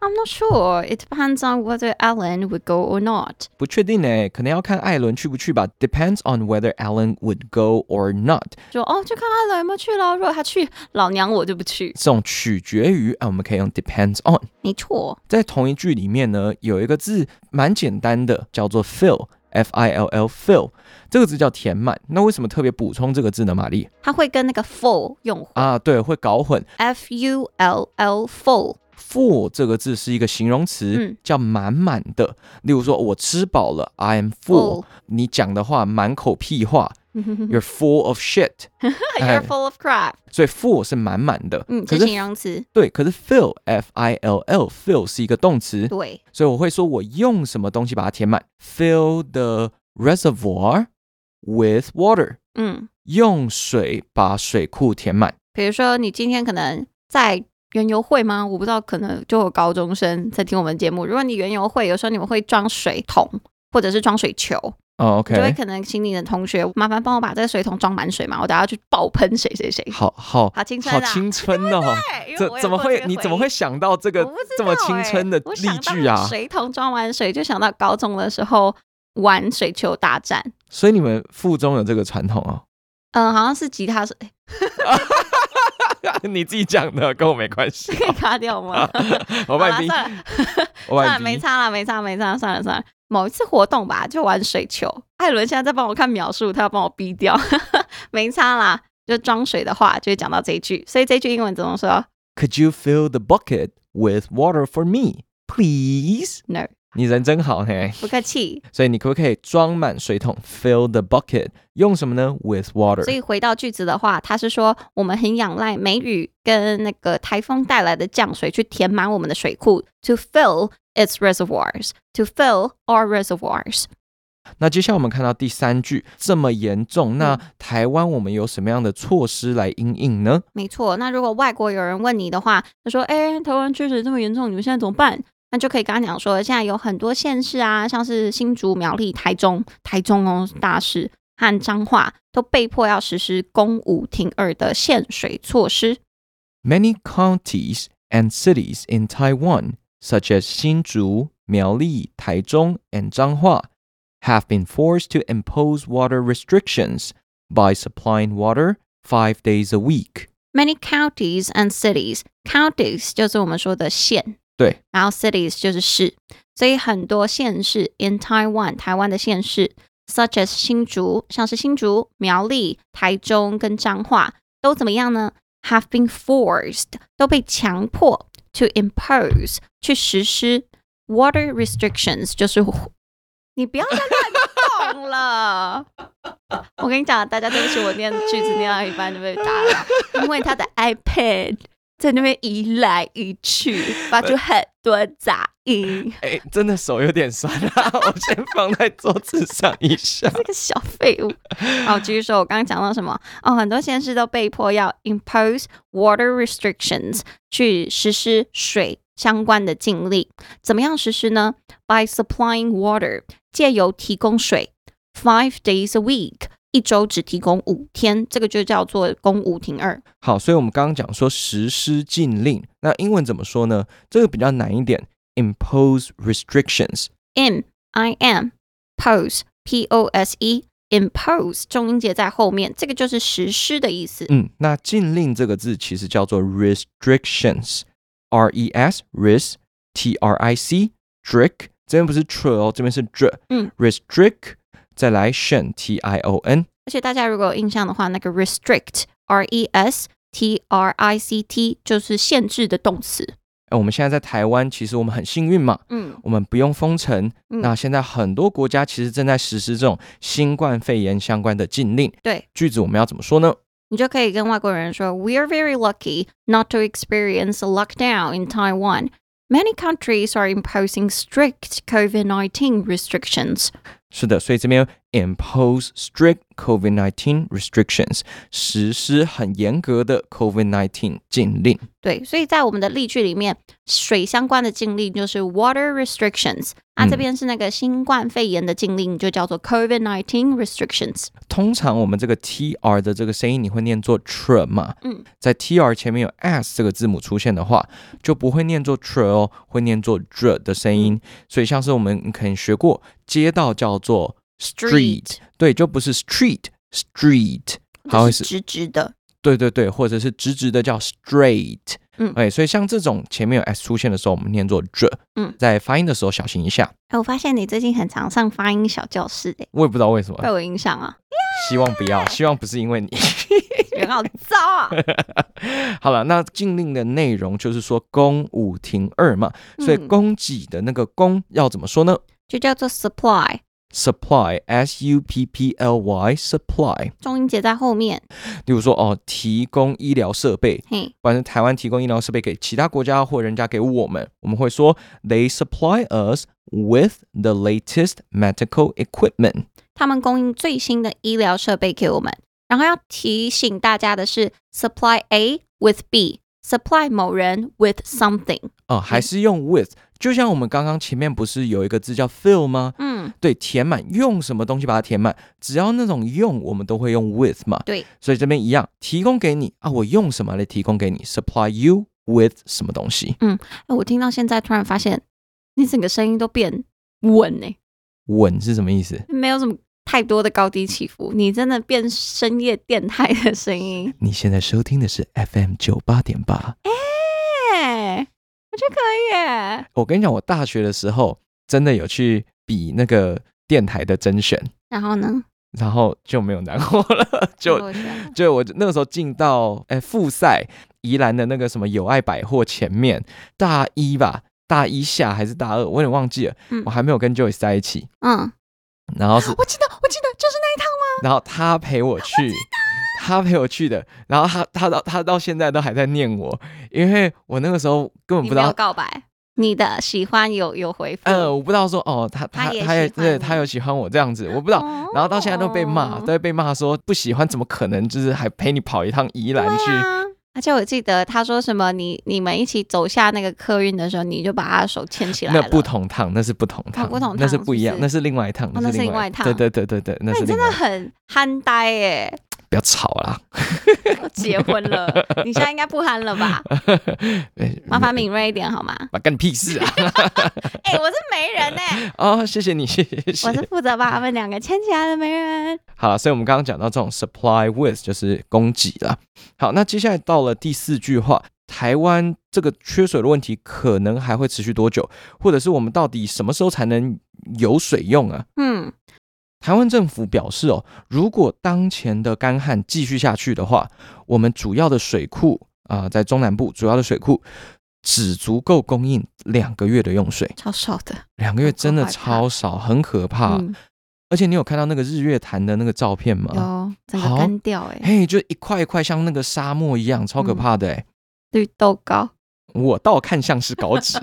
[SPEAKER 2] I'm not sure. It depends on whether Alan would go or not.
[SPEAKER 1] 不确定呢，可能要看艾伦去不去吧。Depends on whether Alan would go or not。
[SPEAKER 2] 说哦，就看艾伦有没有去咯。如果他去，老娘我就不去。
[SPEAKER 1] 这种取决于啊，我们可以用 depends on。
[SPEAKER 2] 没错，
[SPEAKER 1] 在同一句里面呢，有一个字蛮简单的，叫做 fill。F I L L fill 这个字叫填满，那为什么特别补充这个字呢？玛丽
[SPEAKER 2] 他会跟那个 full 用混
[SPEAKER 1] 啊，对，会搞混。
[SPEAKER 2] f u l l full。
[SPEAKER 1] full 这个字是一个形容词，
[SPEAKER 2] 嗯
[SPEAKER 1] 叫满满的。例如说，我吃饱了，I am full。
[SPEAKER 2] Full
[SPEAKER 1] 你讲的话满口屁话，You're full of shit 哎
[SPEAKER 2] 嗯 You're full of crap。
[SPEAKER 1] 所以 full 是满满的，
[SPEAKER 2] 嗯，
[SPEAKER 1] 可
[SPEAKER 2] 这
[SPEAKER 1] 是
[SPEAKER 2] 是形容词。
[SPEAKER 1] 对，可是 fill F I L L fill 是一个动词，
[SPEAKER 2] 对，
[SPEAKER 1] 所以我会说我用什么东西把它填满，fill the reservoir with water，
[SPEAKER 2] 嗯，
[SPEAKER 1] 用水把水库填满。
[SPEAKER 2] 比如说你今天可能在园游会吗？我不知道，可能就有高中生在听我们节目。如果你园游会，有时候你们会装水桶或者是装水球。
[SPEAKER 1] 哦、o
[SPEAKER 2] 你就会
[SPEAKER 1] k
[SPEAKER 2] 可能请你的同学麻烦帮我把这个水桶装满水嘛，我等下去爆喷谁谁谁。
[SPEAKER 1] 好好
[SPEAKER 2] 好青春
[SPEAKER 1] 好
[SPEAKER 2] 啊
[SPEAKER 1] 青春哦！
[SPEAKER 2] 对，因为
[SPEAKER 1] 怎
[SPEAKER 2] 我有
[SPEAKER 1] 怎么
[SPEAKER 2] 过这
[SPEAKER 1] 会
[SPEAKER 2] 个
[SPEAKER 1] 你
[SPEAKER 2] 回
[SPEAKER 1] 怎么会
[SPEAKER 2] 忆
[SPEAKER 1] 想到这
[SPEAKER 2] 我
[SPEAKER 1] 个
[SPEAKER 2] 不知
[SPEAKER 1] 这么
[SPEAKER 2] 道
[SPEAKER 1] 青
[SPEAKER 2] 欸
[SPEAKER 1] 春的
[SPEAKER 2] 我
[SPEAKER 1] 例
[SPEAKER 2] 想到
[SPEAKER 1] 句啊？
[SPEAKER 2] 水桶装完水，就想到高中的时候玩水球大战。
[SPEAKER 1] 所以你们附中有这个传统哦？
[SPEAKER 2] 嗯，好像是吉他手， 哎
[SPEAKER 1] 你自己讲的，跟我没关系
[SPEAKER 2] 这。可以卡掉吗？
[SPEAKER 1] 我
[SPEAKER 2] 好
[SPEAKER 1] 把
[SPEAKER 2] 啦，
[SPEAKER 1] 你逼，
[SPEAKER 2] 算了，
[SPEAKER 1] 我
[SPEAKER 2] 算
[SPEAKER 1] 把
[SPEAKER 2] 了，没
[SPEAKER 1] 你逼。
[SPEAKER 2] 差了，没差，没差，算了算了。某一次活动吧，就玩水球。艾伦现在在帮我看描述，他要帮我逼掉， 没差啦。就装水的话，就会讲到这一句，所以这句英文怎么说
[SPEAKER 1] Could you fill the bucket with water for me, please？
[SPEAKER 2] ？No，
[SPEAKER 1] 你人真好嘿。
[SPEAKER 2] 不客气。
[SPEAKER 1] 所以你可不可以装满水桶，fill the bucket，用什么呢？With
[SPEAKER 2] 所
[SPEAKER 1] water。
[SPEAKER 2] 以回到句子的话，他是说我们很仰赖梅雨跟那个台风带来的降水去填满我们的水库，to fill its reservoirs, to fill our reservoirs。
[SPEAKER 1] 那接下来我们看到第三句，这么严重，那台湾我们有什么样的措施来应应呢？
[SPEAKER 2] 没错。那如果外国有人问你的话，他说：“哎、台湾确实这么严重，你们现在怎么办？”那就可以跟他讲说，现在有很多县市啊，像是新竹、苗栗、台中、台中哦大市和彰化，都被迫要实施公五停二的限水措施。
[SPEAKER 1] Many counties and cities in Taiwan, such as Hsinchu, Miaoli, Taichung, and Changhua, have been forced to impose water restrictions by supplying water five days a week.
[SPEAKER 2] Many counties and cities. Counties 就是我们说的县，
[SPEAKER 1] 对，
[SPEAKER 2] 然后 cities 就是市，所以很多县市 in Taiwan，台湾的县市 such as 新竹，像是新竹、苗栗、台中跟彰化，都怎么样呢？Have been forced，都被强迫 to impose，去实施 water restrictions，就是你不要再乱动了。 我跟你讲，大家对不起，我念句子念到一半就被打扰，因为他的 iPad 在那边移来移去，发出很多杂音。
[SPEAKER 1] 哎、真的手有点酸啊，我先放在桌子上一下。
[SPEAKER 2] 这个小废物。好，继续说，我刚刚讲到什么？哦，很多县市都被迫要 impose water restrictions 去实施水相关的禁令。怎么样实施呢？By supplying water，借由提供水，five days a week，一周只提供五天，这个就叫做公五停二。
[SPEAKER 1] 好，所以我们刚刚讲说实施禁令，那英文怎么说呢？这个比较难一点，impose restrictions。
[SPEAKER 2] im i m pose p o s e impose 重音节在后面，这个就是实施的意思。
[SPEAKER 1] 嗯，那禁令这个字其实叫做 restrictions，r e s res t r i c drick，这边不是 tr 哦，这边是 dr，
[SPEAKER 2] 嗯
[SPEAKER 1] ，restrict，再来 tion t i o n，
[SPEAKER 2] 而且大家如果有印象的话，那个 restrict r e s t r i c t 就是限制的动词。
[SPEAKER 1] 哎，我们现在在台湾，其实我们很幸运嘛，
[SPEAKER 2] 嗯，
[SPEAKER 1] 我们不用封城。
[SPEAKER 2] 嗯
[SPEAKER 1] 那现在很多国家其实正在实施这种新冠肺炎相关的禁令。
[SPEAKER 2] 对，
[SPEAKER 1] 句子我们要怎么说呢？
[SPEAKER 2] 你就可以跟外国人说，We are very lucky not to experience a lockdown in Taiwan. Many countries are imposing strict COVID-19 restrictions.
[SPEAKER 1] 是的，所以这边 impose strict COVID-19 restrictions，实施很严格的 COVID-19 禁令。
[SPEAKER 2] 对，所以在我们的例句里面，水相关的禁令就是 water restrictions，啊，
[SPEAKER 1] 嗯
[SPEAKER 2] 这边是那个新冠肺炎的禁令，就叫做 COVID nineteen restrictions。
[SPEAKER 1] 通常我们这个 tr 的这个声音你会念作 tr 嘛？
[SPEAKER 2] 嗯，
[SPEAKER 1] 在 tr 前面有 s 这个字母出现的话，就不会念作 tr 哦，会念作 dr 的声音。所以像是我们可能学过街道叫做 street，对，就不是 street，street，它
[SPEAKER 2] 就
[SPEAKER 1] 会
[SPEAKER 2] 是直直的，
[SPEAKER 1] 对对对，或者是直直的叫 straight。
[SPEAKER 2] 嗯
[SPEAKER 1] 哎，所以像这种前面有 s 出现的时候，我们念作 j。
[SPEAKER 2] 嗯，
[SPEAKER 1] 在发音的时候小心一下。
[SPEAKER 2] 哎，我发现你最近很常上发音小教室，哎，
[SPEAKER 1] 我也不知道为什
[SPEAKER 2] 被
[SPEAKER 1] 么，
[SPEAKER 2] 我影响啊，
[SPEAKER 1] 希望不要，啊希望不是因为你。
[SPEAKER 2] 人好糟啊。
[SPEAKER 1] 好了，那禁令的内容就是说公五停二嘛，所以
[SPEAKER 2] 嗯
[SPEAKER 1] 供给的那个供要怎么说呢
[SPEAKER 2] 就叫做 supply，
[SPEAKER 1] ？supply s u p p l y supply，
[SPEAKER 2] 重音节在后面。
[SPEAKER 1] 例如说哦，提供医疗设备，
[SPEAKER 2] 嘿，
[SPEAKER 1] 不管是台湾提供医疗设备给其他国家或人家给我们，我们会说 They supply us with the latest medical equipment。
[SPEAKER 2] 他们供应最新的医疗设备给我们。然后要提醒大家的是，supply A with B，supply 某人 with something。
[SPEAKER 1] 哦、还是用 with，就像我们刚刚前面不是有一个字叫 fill 吗？
[SPEAKER 2] 嗯，
[SPEAKER 1] 对，填满用什么东西把它填满，只要那种用，我们都会用 with 嘛。
[SPEAKER 2] 对，
[SPEAKER 1] 所以这边一样，提供给你啊，我用什么来提供给你？Supply you with 什么东西？
[SPEAKER 2] 哎我听到现在突然发现，你整个声音都变稳呢、
[SPEAKER 1] 稳是什么意思？
[SPEAKER 2] 没有什么太多的高低起伏，你真的变深夜电台的声音。
[SPEAKER 1] 你现在收听的是 FM 九八点八。
[SPEAKER 2] 哎、我觉得可以耶。
[SPEAKER 1] 我跟你讲，我大学的时候真的有去比那个电台的甄选，
[SPEAKER 2] 然后呢？
[SPEAKER 1] 然后就没有拿过了， 就
[SPEAKER 2] 落选了
[SPEAKER 1] 就我那个时候进到哎复赛宜兰的那个什么友爱百货前面，大一吧，大一下还是大二，我有点忘记了，
[SPEAKER 2] 嗯
[SPEAKER 1] 我还没有跟 Joyce 在一起，
[SPEAKER 2] 嗯，
[SPEAKER 1] 然后是
[SPEAKER 2] 我记得，我记得就是那一趟吗？
[SPEAKER 1] 然后他陪我去，他陪我去的，然后他他到他到现在都还在念我，因为我那个时候根本
[SPEAKER 2] 你
[SPEAKER 1] 不知
[SPEAKER 2] 没有
[SPEAKER 1] 道
[SPEAKER 2] 告白，你的喜欢有有回复。
[SPEAKER 1] 呃，我不知道说哦，他
[SPEAKER 2] 他
[SPEAKER 1] 他
[SPEAKER 2] 也
[SPEAKER 1] 他也
[SPEAKER 2] 喜欢
[SPEAKER 1] 对
[SPEAKER 2] 你
[SPEAKER 1] 他有喜欢我这样子，我不知道。
[SPEAKER 2] 哦啊
[SPEAKER 1] 然后到现在都被骂，都会被骂说不喜欢，怎么可能？就是还陪你跑一趟宜兰去，
[SPEAKER 2] 对啊。而且我记得他说什么，你你们一起走下那个客运的时候，你就把他的手牵起来
[SPEAKER 1] 那
[SPEAKER 2] 了。哦
[SPEAKER 1] 不同趟，那是不同趟，
[SPEAKER 2] 不同
[SPEAKER 1] 那是
[SPEAKER 2] 趟
[SPEAKER 1] 不一
[SPEAKER 2] 是不
[SPEAKER 1] 样，
[SPEAKER 2] 是
[SPEAKER 1] 那是另外一趟，
[SPEAKER 2] 哦那是
[SPEAKER 1] 另
[SPEAKER 2] 另外一
[SPEAKER 1] 对
[SPEAKER 2] 趟
[SPEAKER 1] 对对对对，那
[SPEAKER 2] 那
[SPEAKER 1] 是
[SPEAKER 2] 你
[SPEAKER 1] 另
[SPEAKER 2] 真
[SPEAKER 1] 外
[SPEAKER 2] 的
[SPEAKER 1] 一趟。
[SPEAKER 2] 很憨呆耶！
[SPEAKER 1] 不要吵啦，
[SPEAKER 2] 都 结婚 了，你现在应该不憨了吧？
[SPEAKER 1] 哎
[SPEAKER 2] 麻烦敏锐一点 好吗？
[SPEAKER 1] 妈干你屁事 啊！
[SPEAKER 2] 哎、我是媒人 哎、
[SPEAKER 1] 哦，谢谢你，谢谢谢
[SPEAKER 2] 我是
[SPEAKER 1] 谢。
[SPEAKER 2] 负责把他们两个牵起来的媒人。
[SPEAKER 1] 好啦所以我们刚刚讲到这种 supply with 就是供给啦。好，那接下来到了第四句话，台湾这个缺水的问题可能还会持续多久，或者是我们到底什么时候才能有水用啊？
[SPEAKER 2] 嗯，
[SPEAKER 1] 台湾政府表示哦，如果当前的干旱继续下去的话，我们主要的水库啊、在中南部主要的水库只足够供应两个月的用水，
[SPEAKER 2] 超少的。
[SPEAKER 1] 两个月真的
[SPEAKER 2] 好可怕
[SPEAKER 1] 超少，很可怕。
[SPEAKER 2] 嗯，
[SPEAKER 1] 而且你有看到那个日月潭的那个照片吗？
[SPEAKER 2] 有整
[SPEAKER 1] 啊好
[SPEAKER 2] 个干掉哎、
[SPEAKER 1] 嘿就一块一块像那个沙漠一样，超
[SPEAKER 2] 嗯
[SPEAKER 1] 可怕的哎、
[SPEAKER 2] 绿豆 糕。
[SPEAKER 1] 我倒看像是稿 纸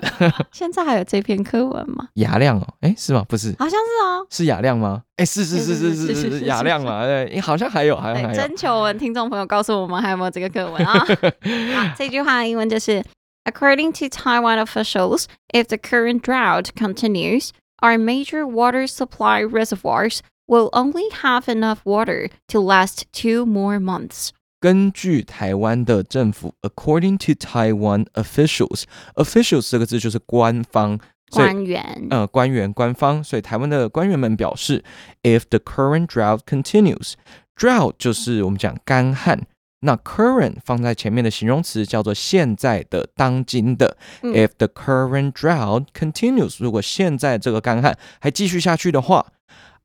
[SPEAKER 2] 现在还有这篇课文吗？
[SPEAKER 1] 雅亮哦，哎、是吗？不是，
[SPEAKER 2] 好像是哦。
[SPEAKER 1] 是雅亮吗？哎、是是是是
[SPEAKER 2] 是
[SPEAKER 1] 是
[SPEAKER 2] 是
[SPEAKER 1] 是
[SPEAKER 2] 是
[SPEAKER 1] 是雅
[SPEAKER 2] 是
[SPEAKER 1] 亮嘛？对，诶好像还有，好像
[SPEAKER 2] 对，
[SPEAKER 1] 还有。
[SPEAKER 2] 征求我们听众朋友告诉我们还有没有这个课文 啊？好这句话的英文就是：According to Taiwan officials, if the current drought continues, our major water supply reservoirs will only have enough water to last two more months。
[SPEAKER 1] 根据台湾的政府，according to Taiwan officials，officials 这个字就是官方，所以
[SPEAKER 2] 官员，
[SPEAKER 1] 呃官员、官方，所以台湾的官员们表示，if the current drought continues，drought 就是我们讲干旱，那 current 放在前面的形容词叫做现在的、当今的。
[SPEAKER 2] 嗯
[SPEAKER 1] if the current drought continues，如果现在这个干旱还继续下去的话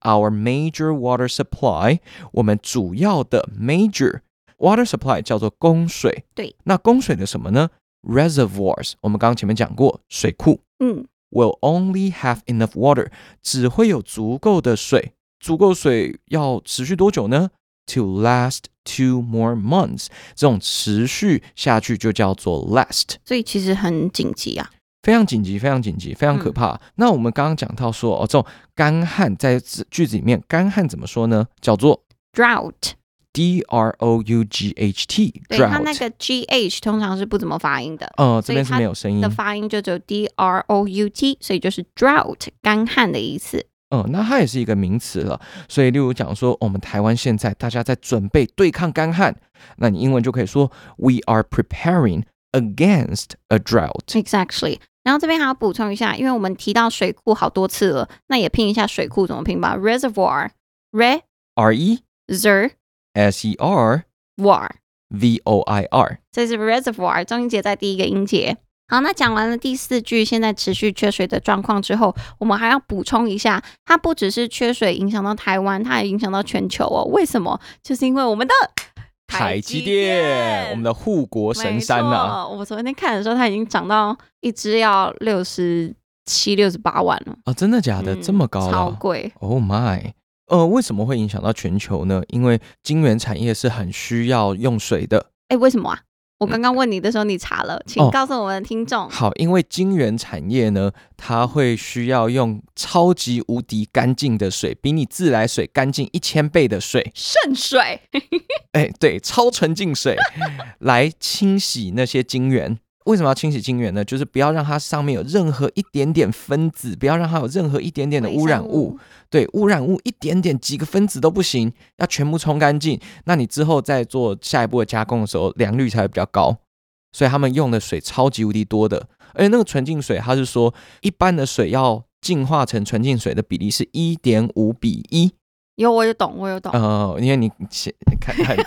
[SPEAKER 1] ，our major water supply，我们主要的 major water supply 叫做供水。
[SPEAKER 2] 对，
[SPEAKER 1] 那供水的什么呢？reservoirs，我们刚刚前面讲过，水库。
[SPEAKER 2] 嗯，
[SPEAKER 1] will only have enough water，只会有足够的水。足够水要持续多久呢？To last two more months，这种持续下去就叫做 last，
[SPEAKER 2] 所以其实很紧急啊。
[SPEAKER 1] 非常紧急，非常紧急，非常可怕。那我们刚刚讲到说，哦，这种干旱在字句子里面，干旱怎么说呢？叫做
[SPEAKER 2] Drought，
[SPEAKER 1] D R O U G H T
[SPEAKER 2] 对它那
[SPEAKER 1] drought。
[SPEAKER 2] 个 G H 通常是不怎么发音的。
[SPEAKER 1] 呃，这
[SPEAKER 2] 所以
[SPEAKER 1] 边是
[SPEAKER 2] 它
[SPEAKER 1] 没有声音
[SPEAKER 2] 的发音就只有 d r o u t，所以就是 drought 干旱的意思。
[SPEAKER 1] 嗯，那它也是一个名词了。所以，例如讲说，我们台湾现在大家在准备对抗干旱，那你英文就可以说 We are preparing against a drought。
[SPEAKER 2] Exactly。然后这边还要补充一下，因为我们提到水库好多次了，那也拼一下水库怎么拼吧。Reservoir,
[SPEAKER 1] R E
[SPEAKER 2] reservoir，
[SPEAKER 1] S E R V O I R。
[SPEAKER 2] 这是 reservoir，中音节在第一个音节。好，那讲完了第四句，现在持续缺水的状况之后，我们还要补充一下，它不只是缺水影响到台湾，它也影响到全球哦。为什么？就是因为我们的
[SPEAKER 1] 台积电，我们的护国神山呐、
[SPEAKER 2] 没错我昨天看的时候，它已经涨到一只要六十七、六十八万了，
[SPEAKER 1] 啊，真的假的？
[SPEAKER 2] 嗯
[SPEAKER 1] 这么高啊？
[SPEAKER 2] 超贵。
[SPEAKER 1] Oh my！呃，为什么会影响到全球呢？因为晶圆产业是很需要用水的，
[SPEAKER 2] 哎，为什么啊？我刚刚问你的时候，你查了，请
[SPEAKER 1] 嗯哦
[SPEAKER 2] 告诉我们的听众。
[SPEAKER 1] 好，因为晶圆产业呢，它会需要用超级无敌干净的水，比你自来水干净一千倍的水，
[SPEAKER 2] 圣水，
[SPEAKER 1] 哎，对，超纯净水来清洗那些晶圆。为什么要清洗晶圆呢？就是不要让它上面有任何一点点分子，不要让它有任何一点点的污染物。对，污染物一点点几个分子都不行，要全部冲干净。那你之后再做下一步的加工的时候，良率才会比较高。所以他们用的水超级无敌多的，而且那个纯净水，它是说一般的水要净化成纯净水的比例是一点五比一。
[SPEAKER 2] 有我有懂，我有懂。
[SPEAKER 1] 呃，因为你写看很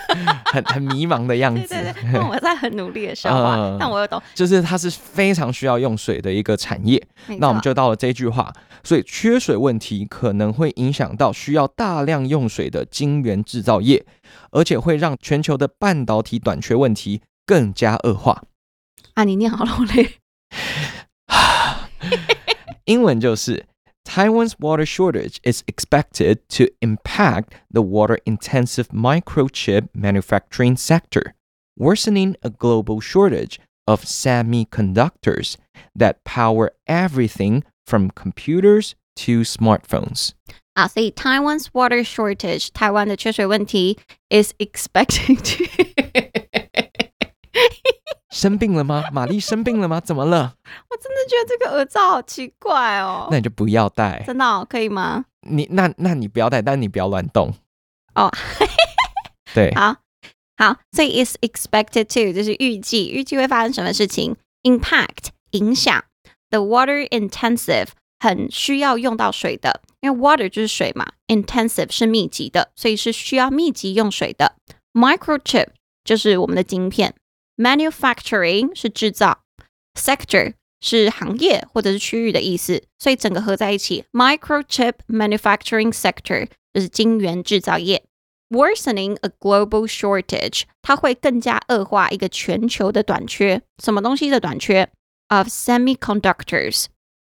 [SPEAKER 1] 很很迷茫的样
[SPEAKER 2] 对
[SPEAKER 1] 子，
[SPEAKER 2] 对对，那我在很努 力的消化，
[SPEAKER 1] 嗯
[SPEAKER 2] 但我有懂。
[SPEAKER 1] 就是它是非常需要用水的一个产业。
[SPEAKER 2] 没
[SPEAKER 1] 那我们
[SPEAKER 2] 错
[SPEAKER 1] 就到了这句话，所以缺水问题可能会影响到需要大量用水的晶圆制造业，而且会让全球的半导体短缺问题更加恶化。
[SPEAKER 2] 啊，你念好了，我累。
[SPEAKER 1] 英文就是。Taiwan's water shortage is expected to impact the water intensive microchip manufacturing sector, worsening a global shortage of semiconductors that power everything from computers to smartphones.
[SPEAKER 2] 啊，所以 Taiwan's water shortage，台湾的缺水问题 is expecting to
[SPEAKER 1] 生病了吗？玛丽生病了吗？怎么了？
[SPEAKER 3] 我真的觉得这个耳罩好奇怪哦。
[SPEAKER 1] 那你就不要戴，
[SPEAKER 2] 真的哦、可以吗？
[SPEAKER 1] 你那那你不要戴，但你不要乱动。
[SPEAKER 2] 哦，
[SPEAKER 1] 对，
[SPEAKER 2] 好好，所以 is expected to 就是预计，预计会发生什么事情？impact 影响，the water intensive 很需要用到水的，因为 water 就是水嘛，intensive 是密集的，所以是需要密集用水的。microchip 就是我们的晶片，manufacturing 是制造，sector 是行业或者是区域的意思，所以整个合在一起，microchip manufacturing sector 就是晶圆制造业。Worsening a global shortage，它会更加恶化一个全球的短缺，什么东西的短缺？Of semiconductors，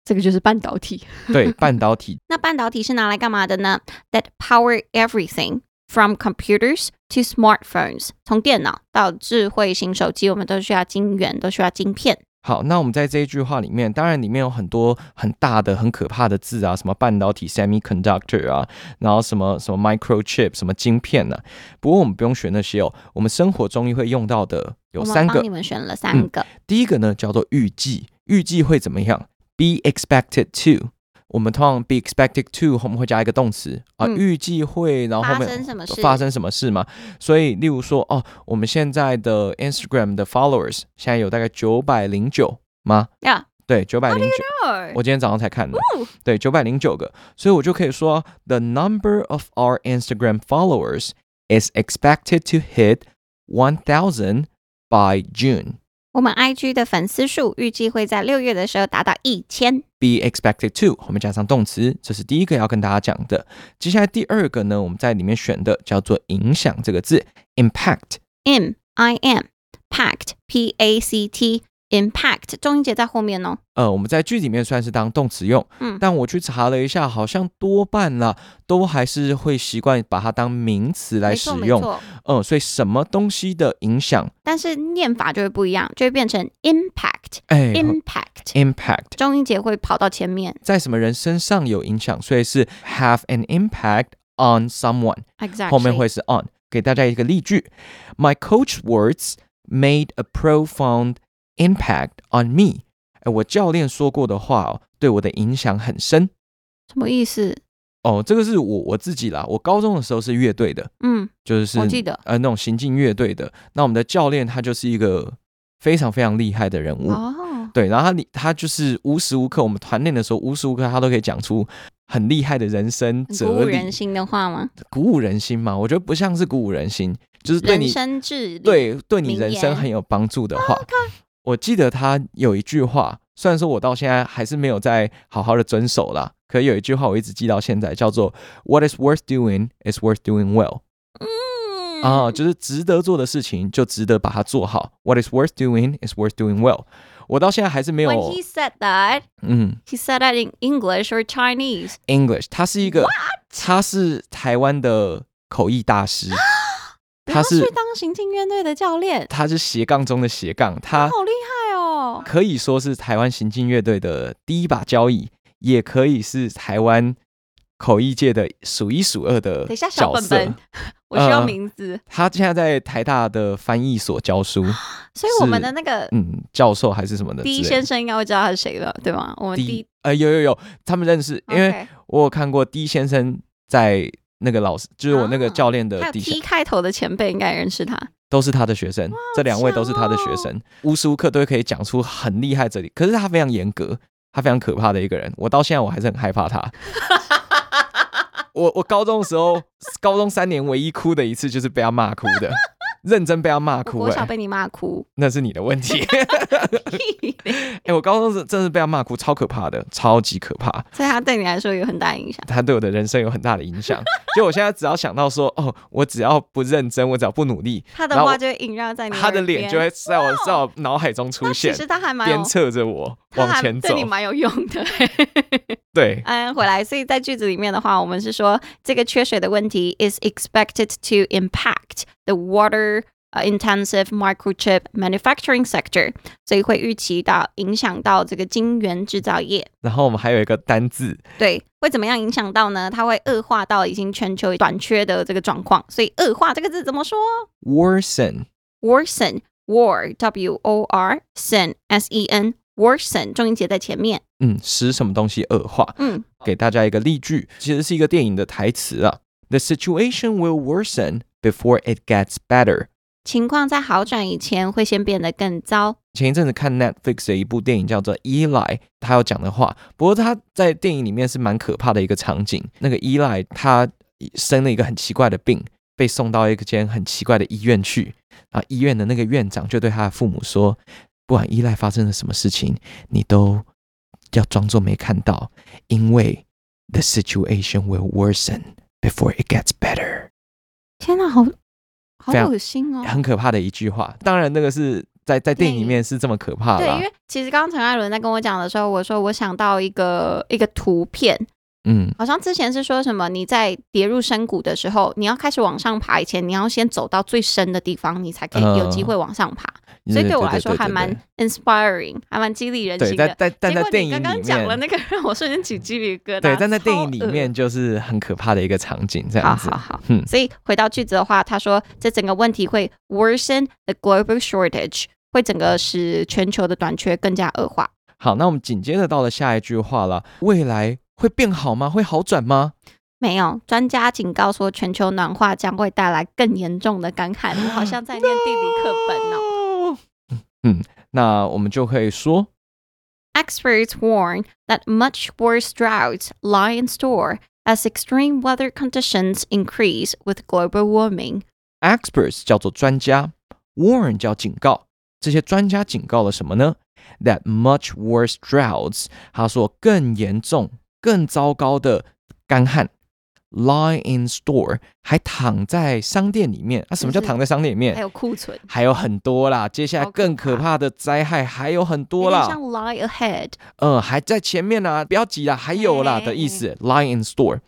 [SPEAKER 3] 这个就是半导体。
[SPEAKER 1] 对，半导体
[SPEAKER 2] 那半导体是拿来干嘛的呢？That power everything from computers to smartphones，从电脑到智慧型手机，我们都需要晶圆，都需要晶片。
[SPEAKER 1] 好，那我们在这一句话里面，当然里面有很多很大的、很可怕的字啊，什么半导体 （semiconductor） 啊，然后什么什么 microchip 什么晶片呢、啊？不过我们不用学那些哦，我们生活中会用到的有
[SPEAKER 2] 我们
[SPEAKER 1] 三
[SPEAKER 2] 帮
[SPEAKER 1] 个嗯
[SPEAKER 2] 你，们选了三个。
[SPEAKER 1] 第一个呢叫做预计，预计会怎么样？Be expected to。我们通常 be expected to 后面会加一个动词啊，
[SPEAKER 2] 嗯
[SPEAKER 1] 预计会，然后后
[SPEAKER 2] 发
[SPEAKER 1] 面
[SPEAKER 2] 生什么事？
[SPEAKER 1] 发生什么事嘛。所以，例如说，哦，我们现在的 Instagram 的 followers 现在有大概九百零九吗？
[SPEAKER 2] 呀
[SPEAKER 1] 对，九百零九。
[SPEAKER 3] 二
[SPEAKER 1] 我今天早上才看的，对，九百零九个。所以我就可以说，the number of our Instagram followers is expected to hit one thousand by June.
[SPEAKER 2] 我们 IG 的粉丝数预计会在六月的时候达到一千。
[SPEAKER 1] be expected to 后面加上动词，这是第一个要跟大家讲的。接下来第二个呢，我们在里面选的叫做影响这个字，impact。
[SPEAKER 2] M I M pact P A C T impact 重音节在后面哦。
[SPEAKER 1] 呃，我们在句里面虽然是当动词用，
[SPEAKER 2] 嗯
[SPEAKER 1] 但我去查了一下，好像多半啦都还是会习惯把它当名词来
[SPEAKER 2] 没
[SPEAKER 1] 使
[SPEAKER 2] 错没
[SPEAKER 1] 用。
[SPEAKER 2] 错，
[SPEAKER 1] 嗯、所以什么东西的影响？
[SPEAKER 2] 但是念法就会不一样，就会变成 impact
[SPEAKER 1] 哎
[SPEAKER 2] impact，
[SPEAKER 1] ，impact
[SPEAKER 2] 重音节会跑到前面。
[SPEAKER 1] 在什么人身上有影响，所以是 have an impact on someone。
[SPEAKER 2] Exactly，
[SPEAKER 1] 后面会是 on。给大家一个例句：My coach words made a profound impact on me。哎，我教练说过的话哦，对我的影响很深。
[SPEAKER 2] 什么意思？
[SPEAKER 1] 哦，这个是我我自己啦。我高中的时候是乐队的，
[SPEAKER 2] 嗯，
[SPEAKER 1] 就是
[SPEAKER 2] 我记得
[SPEAKER 1] 呃那种行进乐队的。那我们的教练他就是一个非常非常厉害的人物。
[SPEAKER 2] 哦，
[SPEAKER 1] 对，然后他你他就是无时无刻，我们团练的时候，无时无刻他都可以讲出很厉害的人生
[SPEAKER 2] 很鼓舞
[SPEAKER 1] 哲理，
[SPEAKER 2] 人心的话吗？
[SPEAKER 1] 鼓舞人心嘛。我觉得不像是鼓舞人心，就是对
[SPEAKER 2] 人
[SPEAKER 1] 你
[SPEAKER 2] 生智力，
[SPEAKER 1] 对对你
[SPEAKER 2] 名
[SPEAKER 1] 人生
[SPEAKER 2] 言哦
[SPEAKER 1] 很有帮助的话，我记得他有一句话，虽然说我到现在还是没有在好好的遵守啦，可有一句话我一直记到现在，叫做 "What is worth doing is worth doing well"
[SPEAKER 2] 嗯
[SPEAKER 1] 啊，就是值得做的事情就值得把它做好。What is worth doing is worth doing well。我到现在还是没
[SPEAKER 2] When
[SPEAKER 1] 有
[SPEAKER 2] he，said that,
[SPEAKER 1] 嗯
[SPEAKER 2] he said that in English or Chinese.
[SPEAKER 1] ，English，他是一个，他是台湾的口译大
[SPEAKER 2] 啊
[SPEAKER 1] 师，他
[SPEAKER 3] 去
[SPEAKER 1] 是
[SPEAKER 3] 当行进乐队的教练，
[SPEAKER 1] 他是斜杠中的斜杠，他
[SPEAKER 3] 好厉害哦！
[SPEAKER 1] 可以说是台湾行进乐队的第一把交椅，也可以是台湾口译界的数一数二的
[SPEAKER 3] 等一下，小
[SPEAKER 1] 角
[SPEAKER 3] 本
[SPEAKER 1] 色。
[SPEAKER 3] 本， 我需要
[SPEAKER 1] 呃
[SPEAKER 3] 名字。
[SPEAKER 1] 他现在在台大的翻译所教 书，
[SPEAKER 3] 所以我们的
[SPEAKER 1] 是
[SPEAKER 3] 那个
[SPEAKER 1] 嗯，教授还是什么的之类
[SPEAKER 3] 第一
[SPEAKER 1] 的。
[SPEAKER 3] 先生应该会知道他是谁了，对吗？我们
[SPEAKER 1] 第
[SPEAKER 3] 第
[SPEAKER 1] 一呃，有有有，他们认识，因为
[SPEAKER 3] OK
[SPEAKER 1] 我有看过 D 先生在那个老师，就是我那个
[SPEAKER 2] 啊
[SPEAKER 1] 教练的
[SPEAKER 3] 还有
[SPEAKER 1] D 呃先
[SPEAKER 3] T 开头的前辈应该也认识他。
[SPEAKER 1] 都是他的学生，这两位都是他的学
[SPEAKER 3] 强哦
[SPEAKER 1] 生，无时无刻都可以讲出很厉害这里。可是他非常严格，他非常可怕的一个人，我到现在我还是很害怕他。 我我高中的时候，高中三年唯一哭的一次就是被他骂哭的，认真被他骂
[SPEAKER 2] 我
[SPEAKER 1] 哭、
[SPEAKER 2] 国小
[SPEAKER 1] 欸，
[SPEAKER 2] 被你骂 哭，
[SPEAKER 1] 那是你的问 题。哎、我高中是真的是被他骂哭，超可怕的，超级可怕。
[SPEAKER 2] 所以他对你来说有很大影响。
[SPEAKER 1] 他对我的人生有很大的影 响。就我现在只要想到说，哦，我只要不认真，我只要不努力，
[SPEAKER 2] 他的
[SPEAKER 1] 然后
[SPEAKER 2] 话
[SPEAKER 1] 我
[SPEAKER 2] 就会萦绕在你
[SPEAKER 1] 他的
[SPEAKER 2] 耳
[SPEAKER 1] 脸
[SPEAKER 2] 边
[SPEAKER 1] 就会在我在我脑海中出
[SPEAKER 3] 那其
[SPEAKER 1] 现。
[SPEAKER 3] 实他还
[SPEAKER 2] 哎
[SPEAKER 3] 蛮有
[SPEAKER 1] 鞭，策着我
[SPEAKER 3] 他
[SPEAKER 1] 往
[SPEAKER 3] 还
[SPEAKER 1] 前
[SPEAKER 3] 对
[SPEAKER 1] 走
[SPEAKER 3] 你。蛮有用的。
[SPEAKER 1] 对，
[SPEAKER 2] 嗯，回来，所以在句子里面的话，我们是说这个缺水的问题 is expected to impact the water uh, intensive microchip manufacturing sector，所以会预期到影响到这个晶圆制造业。
[SPEAKER 1] 然后我们还有一个单字，
[SPEAKER 2] 对，会怎么样影响到呢？它会恶化到已经全球短缺的这个状况。所以恶化这个字怎么说
[SPEAKER 1] worsen。
[SPEAKER 2] ？worsen war w o r sen s e n worsen 重音节在前面。
[SPEAKER 1] 嗯，使什么东西恶化？
[SPEAKER 2] 嗯，
[SPEAKER 1] 给大家一个例句，其实是一个电影的台词啊。The situation will worsen before it gets better。
[SPEAKER 2] 情况在好转以前会先变得更糟。
[SPEAKER 1] 前一阵子看 Netflix 的一部电影叫做《依赖》，他要讲的话，不过他在电影里面是蛮可怕的一个场景。那个依赖他生了一个很奇怪的病，被送到一间很奇怪的医院去，啊，医院的那个院长就对他的父母说不管依赖发生了什么事情，你都要装作没看到，因为 the situation will worsen before it gets better。
[SPEAKER 2] 天哪，好好
[SPEAKER 1] 非常
[SPEAKER 2] 恶心哦！
[SPEAKER 1] 很可怕的一句话。当然，那个是在在电影里面是这么可怕
[SPEAKER 2] 对，因
[SPEAKER 1] 啦。
[SPEAKER 2] 为其实刚刚陈艾伦在跟我讲的时候，我说我想到一个一个图片，
[SPEAKER 1] 嗯，
[SPEAKER 2] 好像之前是说什么你在跌入深谷的时候，你要开始往上爬以前，你要先走到最深的地方，你才可以
[SPEAKER 1] 嗯
[SPEAKER 2] 有机会往上爬。所以对我来说还蛮 inspiring，还蛮激励人
[SPEAKER 1] 对，
[SPEAKER 2] 心
[SPEAKER 1] 但
[SPEAKER 2] 的。
[SPEAKER 1] 但但
[SPEAKER 2] 结
[SPEAKER 1] 在
[SPEAKER 2] 果
[SPEAKER 1] 电
[SPEAKER 2] 你
[SPEAKER 1] 影里
[SPEAKER 2] 刚刚
[SPEAKER 1] 面，
[SPEAKER 2] 讲了那个，让我瞬间起鸡皮疙 瘩。
[SPEAKER 1] 对，但在电影里
[SPEAKER 2] 超恶
[SPEAKER 1] 面就是很可怕的一个场景，这样子。
[SPEAKER 2] 好好好，
[SPEAKER 1] 嗯
[SPEAKER 2] 所以回到句子的话，他说这整个问题会 worsen the global shortage，会整个使全球的短缺更加恶化。
[SPEAKER 1] 好，那我们紧接着到了下一句话了，未来会变好吗？会好转吗？
[SPEAKER 2] 没有，专家警告说全球暖化将会带来更严重的干旱。我好像在念地理课本哦。
[SPEAKER 1] 哦。嗯，那我们就可以说
[SPEAKER 2] Experts warn that much worse droughts lie in store as extreme weather conditions increase with global warming。
[SPEAKER 1] experts 叫做专家，warn 叫警告。这些专家警告了什么呢？That much worse droughts，他说更严重、更糟糕的干旱，lie in store，还躺在商店里面。啊，什么叫
[SPEAKER 2] 就是
[SPEAKER 1] 躺在商店里面？
[SPEAKER 2] 嗯还有库存，
[SPEAKER 1] 还有很多啦，接下来
[SPEAKER 2] 好可怕
[SPEAKER 1] 更可怕的灾害还有很
[SPEAKER 2] 有
[SPEAKER 1] 多
[SPEAKER 2] 点像
[SPEAKER 1] 啦。
[SPEAKER 2] lie ahead。
[SPEAKER 1] 嗯，还在前面啦，不要急啦，还有啦
[SPEAKER 2] 哎
[SPEAKER 1] 的意思。Lie in store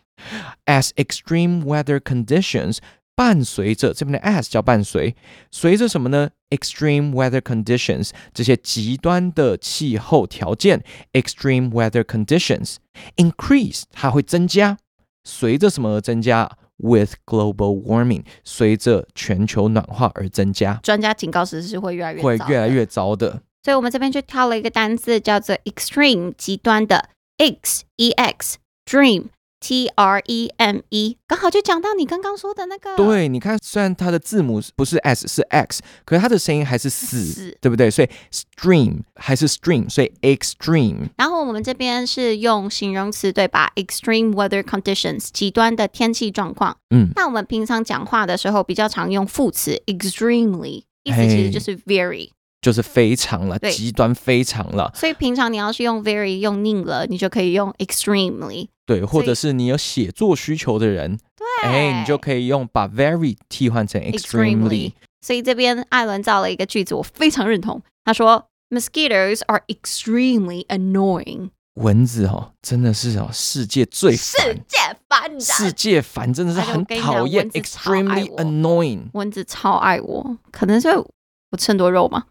[SPEAKER 1] as extreme weather conditions 伴随着这边的 as 叫伴随，随着什么呢？Extreme weather conditions 这些极端的气候条件，extreme weather conditions increase 它会增加，随着什么而增加？With global warming 随着全球暖化而增加。
[SPEAKER 2] 专家警告时是会越来越
[SPEAKER 1] 会
[SPEAKER 2] 糟
[SPEAKER 1] 越来
[SPEAKER 2] 的
[SPEAKER 1] 越糟的。
[SPEAKER 2] 所以我们这边就挑了一个单字，叫做 extreme 极端的 x e x dream t r e m e，刚好就讲到你刚刚说的那个
[SPEAKER 1] 对，你看，虽然它的字母不是 s 是 x，可是它的声音还是死
[SPEAKER 2] 死，
[SPEAKER 1] 对不对？所以 stream 还是 stream，所以 extreme
[SPEAKER 2] 然后我们这边是用形容词对吧？extreme weather conditions 极端的天气状况。
[SPEAKER 1] 嗯，
[SPEAKER 2] 那我们平常讲话的时候比较常用副词 extremely，意思其
[SPEAKER 1] 嘿
[SPEAKER 2] 实就是 very。
[SPEAKER 1] 就是非常了，
[SPEAKER 2] 对
[SPEAKER 1] 极端非常了，
[SPEAKER 2] 所以平常你要是用 very 用腻了，你就可以用 extremely。
[SPEAKER 1] 对，或
[SPEAKER 2] 所
[SPEAKER 1] 者
[SPEAKER 2] 以
[SPEAKER 1] 是你有写作需求的人，哎，你就可以用把 very 替换成 extremely
[SPEAKER 2] extremely。所以这边艾伦造了一个句子，我非常 认同。他说，Mosquitoes are extremely annoying。
[SPEAKER 1] 蚊子哦，真的是哦，世界最
[SPEAKER 2] 世
[SPEAKER 1] 烦，
[SPEAKER 2] 界烦人，
[SPEAKER 1] 世界烦，真的是
[SPEAKER 2] 哎而且我
[SPEAKER 1] 很
[SPEAKER 2] 跟你讲
[SPEAKER 1] 讨厌
[SPEAKER 2] 蚊子超爱
[SPEAKER 1] ，extremely
[SPEAKER 2] 我
[SPEAKER 1] annoying。
[SPEAKER 2] 蚊子超爱我，可能是因为我吃很多肉嘛，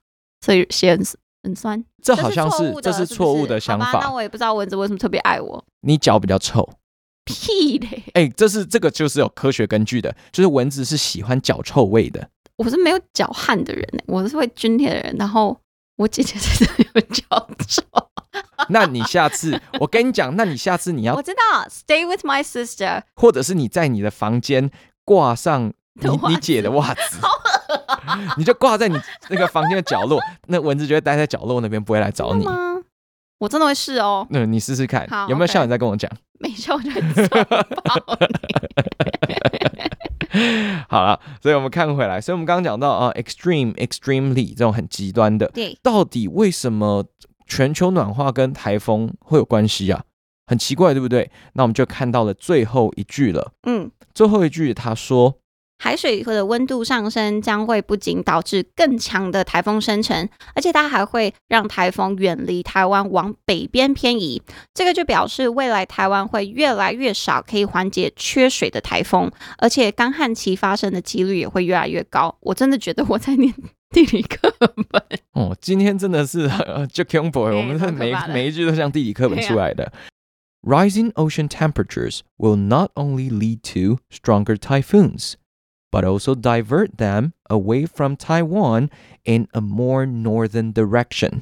[SPEAKER 2] 所以血很很酸。
[SPEAKER 1] 这好像是这
[SPEAKER 2] 这
[SPEAKER 1] 是
[SPEAKER 2] 是
[SPEAKER 1] 错误
[SPEAKER 2] 不
[SPEAKER 1] 的想
[SPEAKER 2] 好吧
[SPEAKER 1] 法
[SPEAKER 2] 那。我也不知道蚊子为什么特别爱我，
[SPEAKER 1] 你脚比较臭，
[SPEAKER 2] 屁嘞！
[SPEAKER 1] 哎、这是这个就是有科学根据的，就是蚊子是喜欢脚臭味的。
[SPEAKER 2] 我是没有脚汗的人、欸，我是会皲裂的人。然后我姐姐真的有脚臭，
[SPEAKER 1] 那你下次，我跟你讲，那你下次你要
[SPEAKER 2] 我，知道。Stay with my sister，
[SPEAKER 1] 或者是你在你的房间挂上你
[SPEAKER 2] 的袜
[SPEAKER 1] 你姐的袜子，
[SPEAKER 2] 啊
[SPEAKER 1] 你就挂在你那个房间的角落，那蚊子就会待在角落那边，不会来找你。
[SPEAKER 2] 吗？我真的会试哦。
[SPEAKER 1] 嗯，你试试看
[SPEAKER 2] 好
[SPEAKER 1] 有没有
[SPEAKER 2] OK
[SPEAKER 1] 效？你再跟我讲。
[SPEAKER 2] 没笑就揍爆你。
[SPEAKER 1] 好了，所以我们看回来，所以我们刚刚讲到啊、e x t r e m e extremely 这种很极端的，
[SPEAKER 2] 对，
[SPEAKER 1] 到底为什么全球暖化跟台风会有关系啊？很奇怪，对不对？那我们就看到了最后一句了。
[SPEAKER 2] 嗯，
[SPEAKER 1] 最后一句他说
[SPEAKER 2] 海水的温度上升将会不仅导致更强的台风生成，而且它还会让台风远离台湾往北边偏移。这个就表示未来台湾会越来越少可以缓解缺水的台风，而且干旱期发生的几率也会越来越高。我真的觉得我在念地理课本。：“
[SPEAKER 1] 哦，今天真的是呃就 c o m b o y
[SPEAKER 2] 哎
[SPEAKER 1] 我们这
[SPEAKER 2] 蛮可
[SPEAKER 1] 每
[SPEAKER 2] 怕的
[SPEAKER 1] 每一句都像地理课本出来的。Rising ocean temperatures will not only lead to stronger typhoons, but also divert them away from Taiwan in a more northern direction.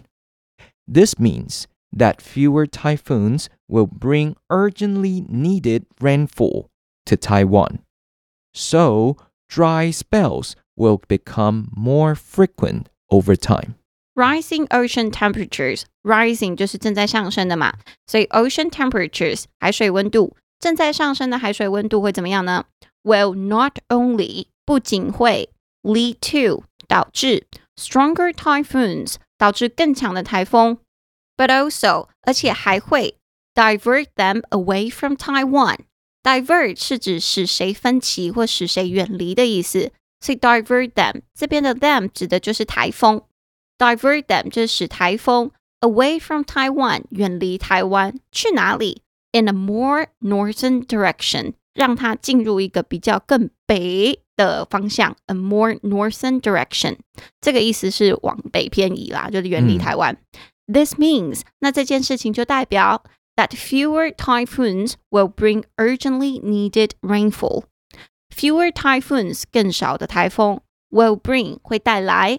[SPEAKER 1] This means that fewer typhoons will bring urgently needed rainfall to Taiwan. So, dry spells will become more frequent over time.
[SPEAKER 2] Rising ocean temperatures, rising 就是正在上升的嘛，所以 ocean temperatures 海水温度正在上升的海水温度会怎么样呢？Will not only 不仅会 lead to 导致 stronger typhoons 导致更强的台风。But also，而且还会 divert them away from Taiwan。divert 是指使谁分歧或使谁远离的意思，所以 divert them 这边的 them 指的就是台风。divert them 就是使台风 away from Taiwan 远离台湾，去哪里？In a more northern direction，让它进入一个比较更北的方向，a more northern direction。这个意思是往北偏移啦，就是远
[SPEAKER 1] 嗯
[SPEAKER 2] 离台湾。This means，那这件事情就代表 that fewer typhoons will bring urgently needed rainfall。Fewer typhoons 更少的台风 will bring 会带来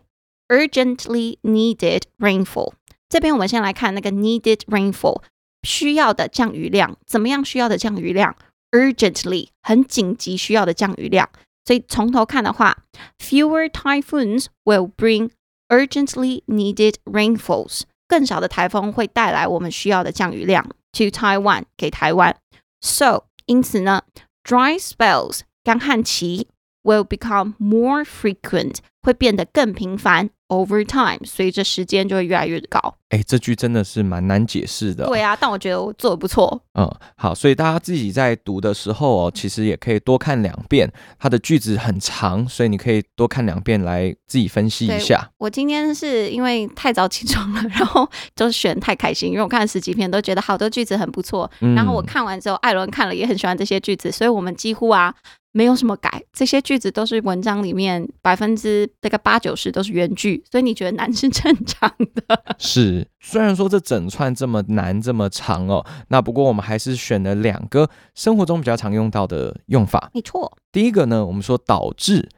[SPEAKER 2] urgently needed rainfall。这边我们先来看那个 needed rainfall 需要的降雨量，怎么样需要的降雨量？urgently 很紧急需要的降雨量。所以从头看的话，fewer typhoons will bring urgently needed rainfalls。更少的台风会带来我们需要的降雨量 to Taiwan 给台湾。So 因此呢，dry spells 干旱期 will become more frequent 会变得更频繁 over time，随着时间就会越来越高。
[SPEAKER 1] 哎，这句真的是蛮难解释的。哦
[SPEAKER 2] 对啊，但我觉得我做的不错。
[SPEAKER 1] 嗯，好，所以大家自己在读的时候哦，其实也可以多看两遍。它的句子很长，所以你可以多看两遍来自己分析一下。
[SPEAKER 2] 我今天是因为太早起床了，然后就选太开心，因为我看了十几篇都觉得好多句子很不错。
[SPEAKER 1] 嗯
[SPEAKER 2] 然后我看完之后，艾伦看了也很喜欢这些句子，所以我们几乎啊没有什么改，这些句子都是文章里面百分之大概八九十都是原句，所以你觉得难是正常的。
[SPEAKER 1] 是，虽然说这整串这么难这么长哦，那不过我们还是选了两个生活中比较常用到的用法。
[SPEAKER 2] 没错
[SPEAKER 1] 第一个呢，我们说导致，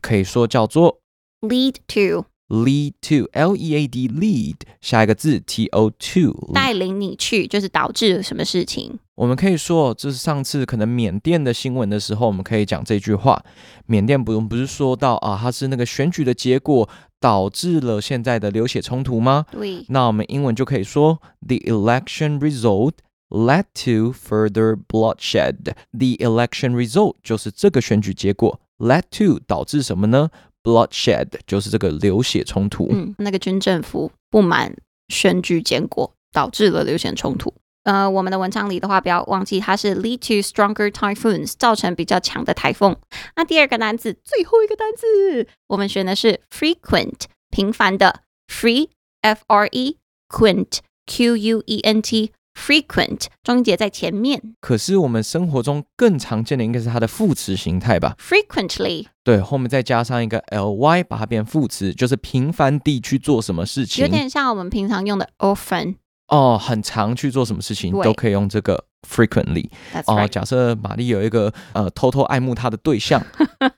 [SPEAKER 1] 可以说叫做
[SPEAKER 2] ，lead to
[SPEAKER 1] lead to，L E A D lead，下一个字 T O to，
[SPEAKER 2] 带领你去，就是导致什么事情。
[SPEAKER 1] 我们可以说，就是上次可能缅甸的新闻的时候，我们可以讲这句话。缅甸不不是说到啊，它是那个选举的结果导致了现在的流血冲突吗？
[SPEAKER 2] 对，
[SPEAKER 1] 那我们英文就可以说，The election result led to further bloodshed。The election result 就是这个选举结果，led to 导致什么呢？Bloodshed 就是这个流血冲突。
[SPEAKER 2] 嗯，那个军政府不满选举结果，导致了流血冲突。呃，我们的文章里的话，不要忘记它是 lead to stronger typhoons，造成比较强的台风。那第二个单字，最后一个单字，我们选的是 frequent，频繁的 free f r e quint q u e n t frequent，终结在前面
[SPEAKER 1] 可是我们生活中更常见的应该是它的副词形态吧？
[SPEAKER 2] frequently，
[SPEAKER 1] 对，后面再加上一个 ly，把它变副词，就是频繁地去做什么事
[SPEAKER 2] 有
[SPEAKER 1] 情，
[SPEAKER 2] 点像我们平常用的 often。
[SPEAKER 1] 哦，很常去做什么事情
[SPEAKER 2] 对
[SPEAKER 1] 都可以用这个 frequently。
[SPEAKER 2] That's
[SPEAKER 1] 哦，
[SPEAKER 2] right，、
[SPEAKER 1] 假设玛丽有一个呃偷偷爱慕她的对 象，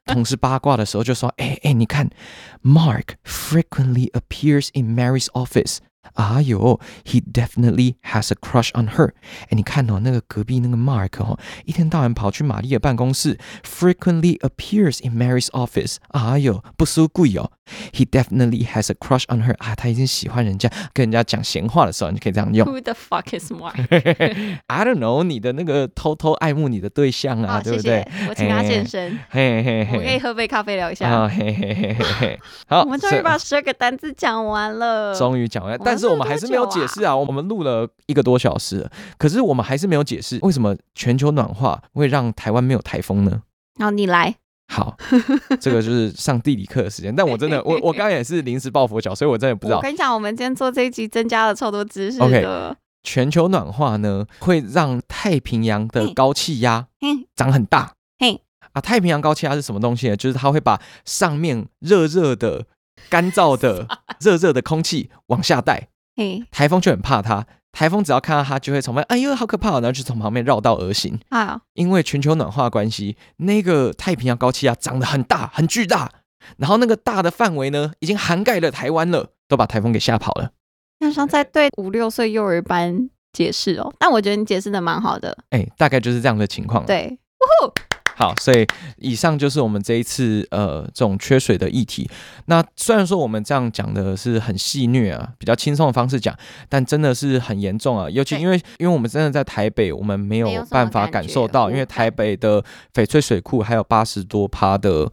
[SPEAKER 1] 同事八卦的时候就说，哎、哎、你看，Mark frequently appears in Mary's office。哎呦，He definitely has a crush on her。哎，你看哦，那个隔壁那个 Mark 哦，一天到晚跑去玛丽的办公室，frequently appears in Mary's office。哎呦，不输贵哦。He definitely has a crush on her。啊，他已经喜欢人家，跟人家讲闲话的时候，你就可以这样 用。
[SPEAKER 2] Who the fuck is Mark？
[SPEAKER 1] I don't know，你的那个偷偷爱慕你的对象 啊，
[SPEAKER 2] 哦，
[SPEAKER 1] 对
[SPEAKER 2] 谢
[SPEAKER 1] 不对
[SPEAKER 2] 谢？，我请他
[SPEAKER 1] 哎
[SPEAKER 2] 健身。
[SPEAKER 1] 嘿嘿嘿，
[SPEAKER 2] 我可以喝杯咖啡聊一下。
[SPEAKER 1] 啊，嘿嘿嘿嘿嘿，好，
[SPEAKER 2] 我们终于
[SPEAKER 1] 这
[SPEAKER 2] 把十二个单字讲完了。
[SPEAKER 1] 终于讲完，
[SPEAKER 2] 们
[SPEAKER 1] 但是
[SPEAKER 2] 呃录
[SPEAKER 1] 我
[SPEAKER 2] 了
[SPEAKER 1] 们还是
[SPEAKER 2] 多
[SPEAKER 1] 没有
[SPEAKER 2] 久
[SPEAKER 1] 解
[SPEAKER 2] 啊
[SPEAKER 1] 释啊，我们录了一个多小时了，可是我们还是没有解释为什么全球暖化会让台湾没有台风呢？
[SPEAKER 2] 然后哦你来，
[SPEAKER 1] 好， 这个就是上地理课的时间，但我真的，我我刚刚也是临时抱佛脚，所以我真的不知
[SPEAKER 2] 我
[SPEAKER 1] 道
[SPEAKER 2] 跟你讲，我们今天做这一集增加了超多知识
[SPEAKER 1] OK
[SPEAKER 2] 的。
[SPEAKER 1] 全球暖化呢会让太平洋的
[SPEAKER 2] 嗯
[SPEAKER 1] 高气压
[SPEAKER 2] 嗯
[SPEAKER 1] 长很大。
[SPEAKER 2] 嘿
[SPEAKER 1] 啊，太平洋高气压是什么东西呢？就是它会把上面热热的、干燥 的、热热的空气往下带，
[SPEAKER 2] 嘿，
[SPEAKER 1] 台风就很怕它。台风只要看到它，就会从旁边，哎呦，好可怕哦、然后就从旁边绕道而行。
[SPEAKER 2] 啊，
[SPEAKER 1] 因为全球暖化的关系，那个太平洋高气压长得很大、很巨大，然后那个大的范围呢，已经涵盖了台湾了，都把台风给吓跑了。
[SPEAKER 2] 要像在对五六岁幼儿班解释哦。但我觉得你解释的蛮好的。
[SPEAKER 1] 哎，大概就是这样的情况。，
[SPEAKER 2] 对，
[SPEAKER 1] 好，所以以上就是我们这一次呃这种缺水的议题。那虽然说我们这样讲的是很戏谑啊，比较轻松的方式讲，但真的是很严重啊。尤其
[SPEAKER 2] 对
[SPEAKER 1] 因为因为我们真的在台北，我们没
[SPEAKER 2] 没有
[SPEAKER 1] 有
[SPEAKER 2] 什么
[SPEAKER 1] 办法
[SPEAKER 2] 感
[SPEAKER 1] 感
[SPEAKER 2] 觉嗯
[SPEAKER 1] 受到，因为
[SPEAKER 2] 无感
[SPEAKER 1] 台北的翡翠水库还有八十多趴的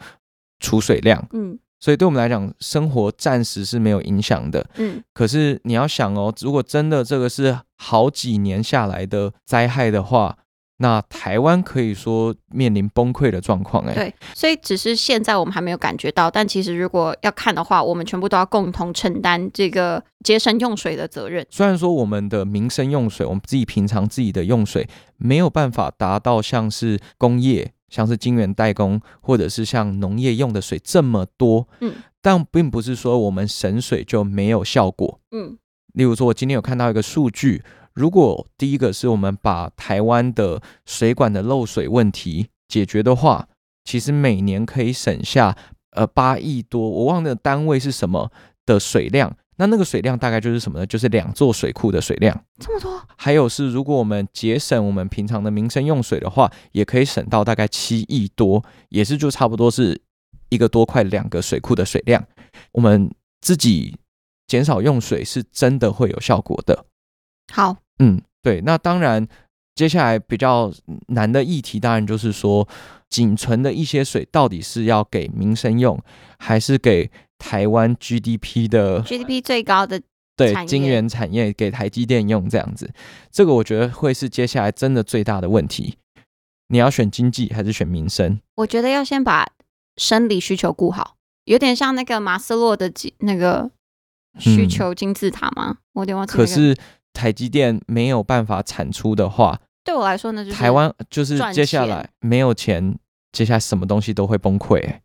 [SPEAKER 1] 储水量，
[SPEAKER 2] 嗯，
[SPEAKER 1] 所以对我们来讲，生活暂时是没有影响的。
[SPEAKER 2] 嗯，
[SPEAKER 1] 可是你要想哦，如果真的这个是好几年下来的灾害的话，那台湾可以说面临崩溃的状况。哎，
[SPEAKER 2] 对，所以只是现在我们还没有感觉到，但其实如果要看的话，我们全部都要共同承担这个节省用水的责任。
[SPEAKER 1] 虽然说我们的民生用水，我们自己平常自己的用水没有办法达到像是工业、像是晶圆代工或者是像农业用的水这么多，
[SPEAKER 2] 嗯，
[SPEAKER 1] 但并不是说我们省水就没有效果。
[SPEAKER 2] 嗯
[SPEAKER 1] 例如说，我今天有看到一个数据，如果第一个是我们把台湾的水管的漏水问题解决的话，其实每年可以省下呃八亿多，我忘了单位是什么的水量。那那个水量大概就是什么呢？就是两座水库的水量。
[SPEAKER 2] 这么多，
[SPEAKER 1] 还有是，如果我们节省我们平常的民生用水的话，也可以省到大概七亿多，也是就差不多是一个多快两个水库的水量。我们自己减少用水是真的会有效果的。
[SPEAKER 2] 好，
[SPEAKER 1] 嗯，对。那当然，接下来比较难的议题，当然就是说，仅存的一些水到底是要给民生用，还是给台湾 GDP 的
[SPEAKER 2] GDP 最高的，
[SPEAKER 1] 对
[SPEAKER 2] 产业
[SPEAKER 1] 晶圆产业给台积电用这样子，这个我觉得会是接下来真的最大的问题。你要选经济还是选民生？
[SPEAKER 2] 我觉得要先把生理需求顾好，有点像那个马斯洛的几那个需
[SPEAKER 1] 嗯
[SPEAKER 2] 求金字塔吗？我有点忘记、那
[SPEAKER 1] 可
[SPEAKER 2] 个。
[SPEAKER 1] 是台积电没有办法产出的话，
[SPEAKER 2] 对我来说呢，就是
[SPEAKER 1] 台湾就是
[SPEAKER 2] 赚
[SPEAKER 1] 接下
[SPEAKER 2] 钱
[SPEAKER 1] 来没有钱，接下来什么东西都会崩溃欸、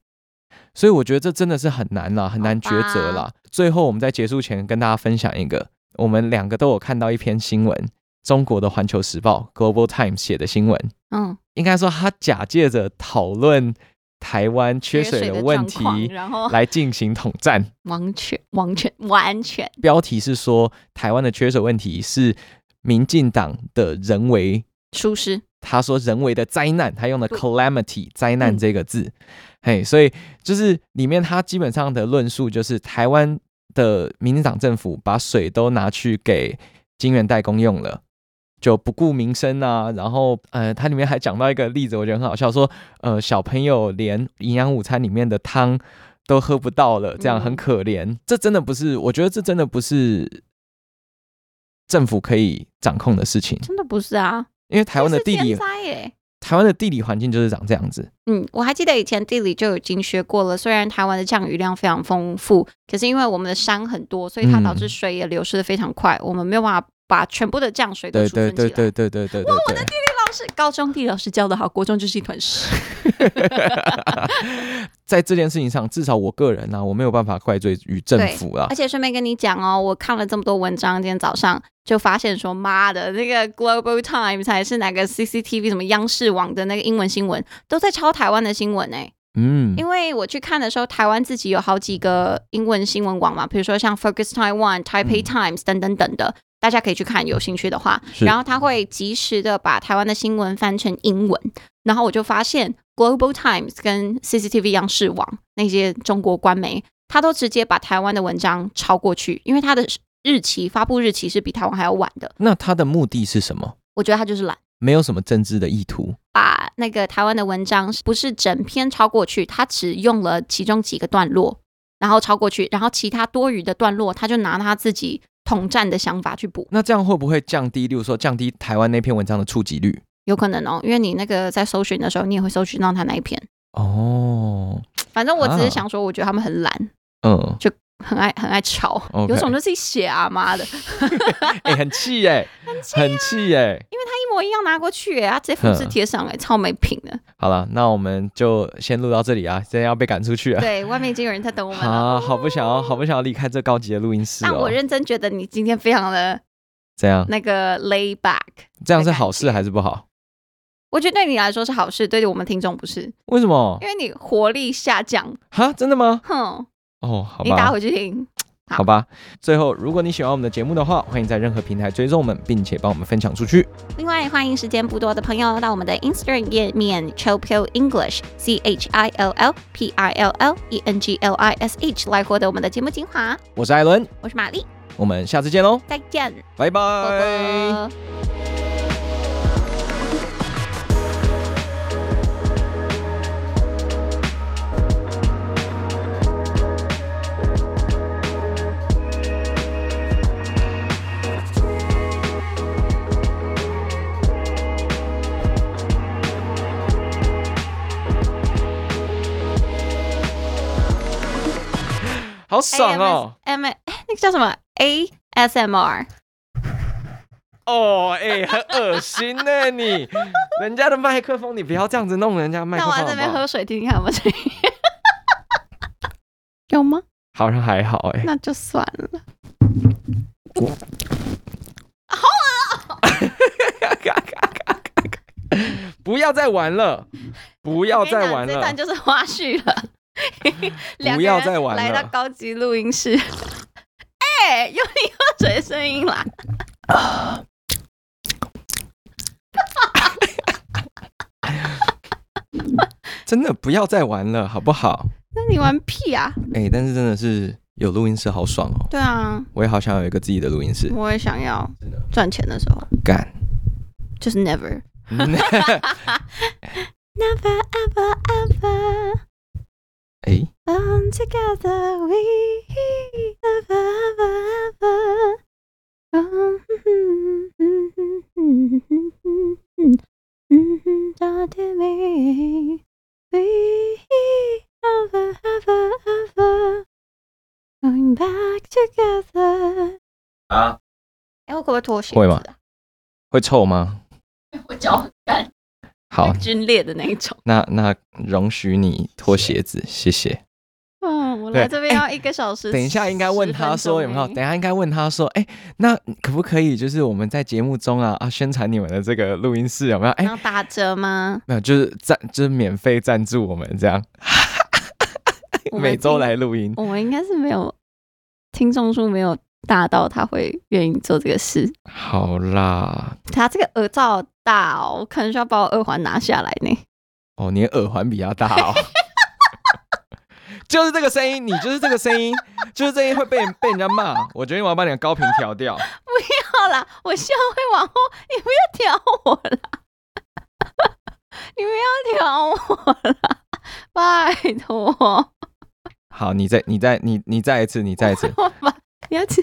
[SPEAKER 1] 所以我觉得这真的是很难啦，很难抉择啦。最后我们在结束前跟大家分享一个，我们两个都有看到一篇新闻，中国的《环球时报》（Global Times） 写的新闻，
[SPEAKER 2] 嗯
[SPEAKER 1] 应该说他假借着讨论台湾缺
[SPEAKER 2] 缺水
[SPEAKER 1] 水
[SPEAKER 2] 的
[SPEAKER 1] 的问
[SPEAKER 2] 状况
[SPEAKER 1] 题
[SPEAKER 2] 然后
[SPEAKER 1] 来进行统战。
[SPEAKER 2] 完全完全完全
[SPEAKER 1] 标题是说台湾的缺水问题是民进党的人为
[SPEAKER 2] 舒适。
[SPEAKER 1] 他说人为的灾难，他用的
[SPEAKER 2] 对
[SPEAKER 1] calamity 灾难
[SPEAKER 2] 嗯
[SPEAKER 1] 这个字，嘿，所以就是里面他基本上的论述就是台湾的民进党政府把水都拿去给晶圆代工用了。就不顾民生啊，然后呃，它里面还讲到一个例子，我觉得很好笑，说呃，小朋友连营养午餐里面的汤都喝不到了，这样
[SPEAKER 2] 嗯
[SPEAKER 1] 很可怜。这真的不是，我觉得这真的不是政府可以掌控的事情，
[SPEAKER 2] 真的不是啊，
[SPEAKER 1] 因为台湾的
[SPEAKER 2] 这是
[SPEAKER 1] 地理啊
[SPEAKER 2] 天灾耶。
[SPEAKER 1] 台湾的地理环境就是长这样子。
[SPEAKER 2] 嗯，我还记得以前地理就已经学过了。虽然台湾的降雨量非常丰富，可是因为我们的山很多，所以它导致
[SPEAKER 1] 嗯
[SPEAKER 2] 水也流失的非常快，我们没有办法把全部的降水都
[SPEAKER 1] 对
[SPEAKER 2] 储存
[SPEAKER 1] 对
[SPEAKER 2] 起来。
[SPEAKER 1] 对对对对对对对。
[SPEAKER 2] 老师，高中地理老师教的好，国中就是一团屎。
[SPEAKER 1] 在这件事情上，至少我个人呢、啊我没有办法怪罪于政府啦
[SPEAKER 2] 而。且顺便跟你讲哦，我看了这么多文章，今天早上就发现说，妈的，那个 Global Times 还是哪个 CCTV 什么央视网的那个英文新闻，都在抄台湾的新闻哎、
[SPEAKER 1] 嗯，
[SPEAKER 2] 因为我去看的时候，台湾自己有好几个英文新闻网嘛，比如说像 Focus Taiwan、
[SPEAKER 1] 嗯
[SPEAKER 2] Taipei Times 等等等的，大家可以去看，有兴趣的话。
[SPEAKER 1] 是
[SPEAKER 2] 然后他会及时的把台湾的新闻翻成英文，然后我就发现 Global Times 跟 CCTV 央视网那些中国官媒，他都直接把台湾的文章抄过去，因为他的日期发布日期是比台湾还要晚的。
[SPEAKER 1] 那他的目的是什么？
[SPEAKER 2] 我觉得他就是懒。
[SPEAKER 1] 没有什么政治的意图。
[SPEAKER 2] 把那个台湾的文章不是整篇抄过去，他只用了其中几个段落，然后抄过去，然后其他多余的段落，他就拿他自己统战的想法去补，
[SPEAKER 1] 那这样会不会降低，例如说降低台湾那篇文章的触及率？
[SPEAKER 2] 有可能哦，因为你那个在搜寻的时候，你也会搜寻到他那一篇。
[SPEAKER 1] 哦，
[SPEAKER 2] 反正我只
[SPEAKER 1] 啊
[SPEAKER 2] 是想说，我觉得他们很懒，
[SPEAKER 1] 嗯，
[SPEAKER 2] 很爱很爱吵
[SPEAKER 1] OK
[SPEAKER 2] 有种就自己写啊，妈的，
[SPEAKER 1] 哎、很气哎、
[SPEAKER 2] 啊
[SPEAKER 1] 很气哎、
[SPEAKER 2] 一模一样拿过去、欸，他直接复制
[SPEAKER 1] 哼
[SPEAKER 2] 贴上来、超没品 的。
[SPEAKER 1] 好了，那我们就先录到这里啊，真的要被赶出去了。
[SPEAKER 2] 对，外面已经有人在等我们了。
[SPEAKER 1] 啊，好不想要，好不想要离开这高级的录音室
[SPEAKER 2] 但
[SPEAKER 1] 哦
[SPEAKER 2] 我。认真觉得你今天非常的
[SPEAKER 1] 怎样？
[SPEAKER 2] 那个 lay back，
[SPEAKER 1] 这样是
[SPEAKER 2] 的感
[SPEAKER 1] 好事
[SPEAKER 2] 觉
[SPEAKER 1] 还是不好？
[SPEAKER 2] 我觉得对你来说是好事，对我们听众不是，
[SPEAKER 1] 为什么
[SPEAKER 2] 因？为你活力下降。
[SPEAKER 1] 哈，真的吗？
[SPEAKER 2] 哼，
[SPEAKER 1] 哦，好
[SPEAKER 2] 你打
[SPEAKER 1] 吧
[SPEAKER 2] 回，去听。
[SPEAKER 1] 好吧。最后，如果你喜欢我们的节目的话，欢迎在任何平台追踪我们，并且帮我们分享出去。
[SPEAKER 2] 另外，欢迎时间不多的朋友到我们的 Instagram 页面 Chillpill English C H I L L P I L L E N G L I S H 来获得我们的节目精华。
[SPEAKER 1] 我是艾伦，
[SPEAKER 2] 我是玛丽，
[SPEAKER 1] 我们下次见喽，
[SPEAKER 2] 再见，
[SPEAKER 1] 拜
[SPEAKER 2] 啵
[SPEAKER 1] 拜。
[SPEAKER 2] 啵。
[SPEAKER 1] 好爽哦！
[SPEAKER 2] M 哎那个叫什么 ASMR？
[SPEAKER 1] 哦，哎、很恶心呢，你 人家的麦克风，你不要这样子弄人家麦克
[SPEAKER 2] 那我
[SPEAKER 1] 风
[SPEAKER 2] 在
[SPEAKER 1] 好
[SPEAKER 2] 这
[SPEAKER 1] 不
[SPEAKER 2] 边
[SPEAKER 1] 好
[SPEAKER 2] 喝？水听听看我这 有吗？
[SPEAKER 1] 好像还好哎、
[SPEAKER 2] 那就算了。
[SPEAKER 1] 不要再玩 了，不要再玩
[SPEAKER 2] 这
[SPEAKER 1] 了
[SPEAKER 2] 段。就是花絮 了。两
[SPEAKER 1] 不
[SPEAKER 2] 个
[SPEAKER 1] 要
[SPEAKER 2] 人
[SPEAKER 1] 再玩
[SPEAKER 2] 来到
[SPEAKER 1] 了
[SPEAKER 2] 高级录音室。 哎、有你喝水的声音啦！
[SPEAKER 1] 真的不要再玩了，好不好？
[SPEAKER 2] 那你玩屁啊？
[SPEAKER 1] 哎、但是真的是有录音室好爽哦，
[SPEAKER 2] 对啊，
[SPEAKER 1] 我也好想有一个自己的录音室。
[SPEAKER 2] 我也想要赚钱的时候，
[SPEAKER 1] 干，
[SPEAKER 2] 就是 never
[SPEAKER 1] 嗯
[SPEAKER 2] never ever ever
[SPEAKER 1] 哎、
[SPEAKER 2] on together we never ever ever。嗯嗯嗯嗯嗯嗯嗯嗯嗯嗯到底没 we never ever ever going back together。
[SPEAKER 1] 啊，
[SPEAKER 2] 哎，我可不可以脱鞋子？
[SPEAKER 1] 会吗？会臭吗？
[SPEAKER 2] 我脚很干，
[SPEAKER 1] 好，
[SPEAKER 2] 皲裂的那一种。
[SPEAKER 1] 那那容许你脱鞋子，谢谢。
[SPEAKER 2] 嗯，我来
[SPEAKER 1] 对
[SPEAKER 2] 这边要一个小时。
[SPEAKER 1] 等一下应该问他说有没有？等？一下应该问他说，哎、那可不可以就是我们在节目中啊啊宣传你们的这个录音室有没有？哎、
[SPEAKER 2] 然后打折吗？
[SPEAKER 1] 没有，就是赞，就是免费赞助我们这 样，
[SPEAKER 2] 我们
[SPEAKER 1] 每周
[SPEAKER 2] 听
[SPEAKER 1] 来录音。
[SPEAKER 2] 我们应该是没有听众数没有大到他会愿意做这个事。
[SPEAKER 1] 好啦，
[SPEAKER 2] 他这个耳罩好大哦，我可能需要把我耳环拿下来呢。
[SPEAKER 1] 哦，你的耳环比较大哦。就是这个声音，你就是这个声音，就是这个声音会被人被人家骂。我决定我要把你的高频调掉。
[SPEAKER 2] 不要啦，我希望会往后，你不要挑我啦，你不要挑我啦，拜托，
[SPEAKER 1] 好，你再你再你你再一次，你再一次。
[SPEAKER 2] 我把你要吃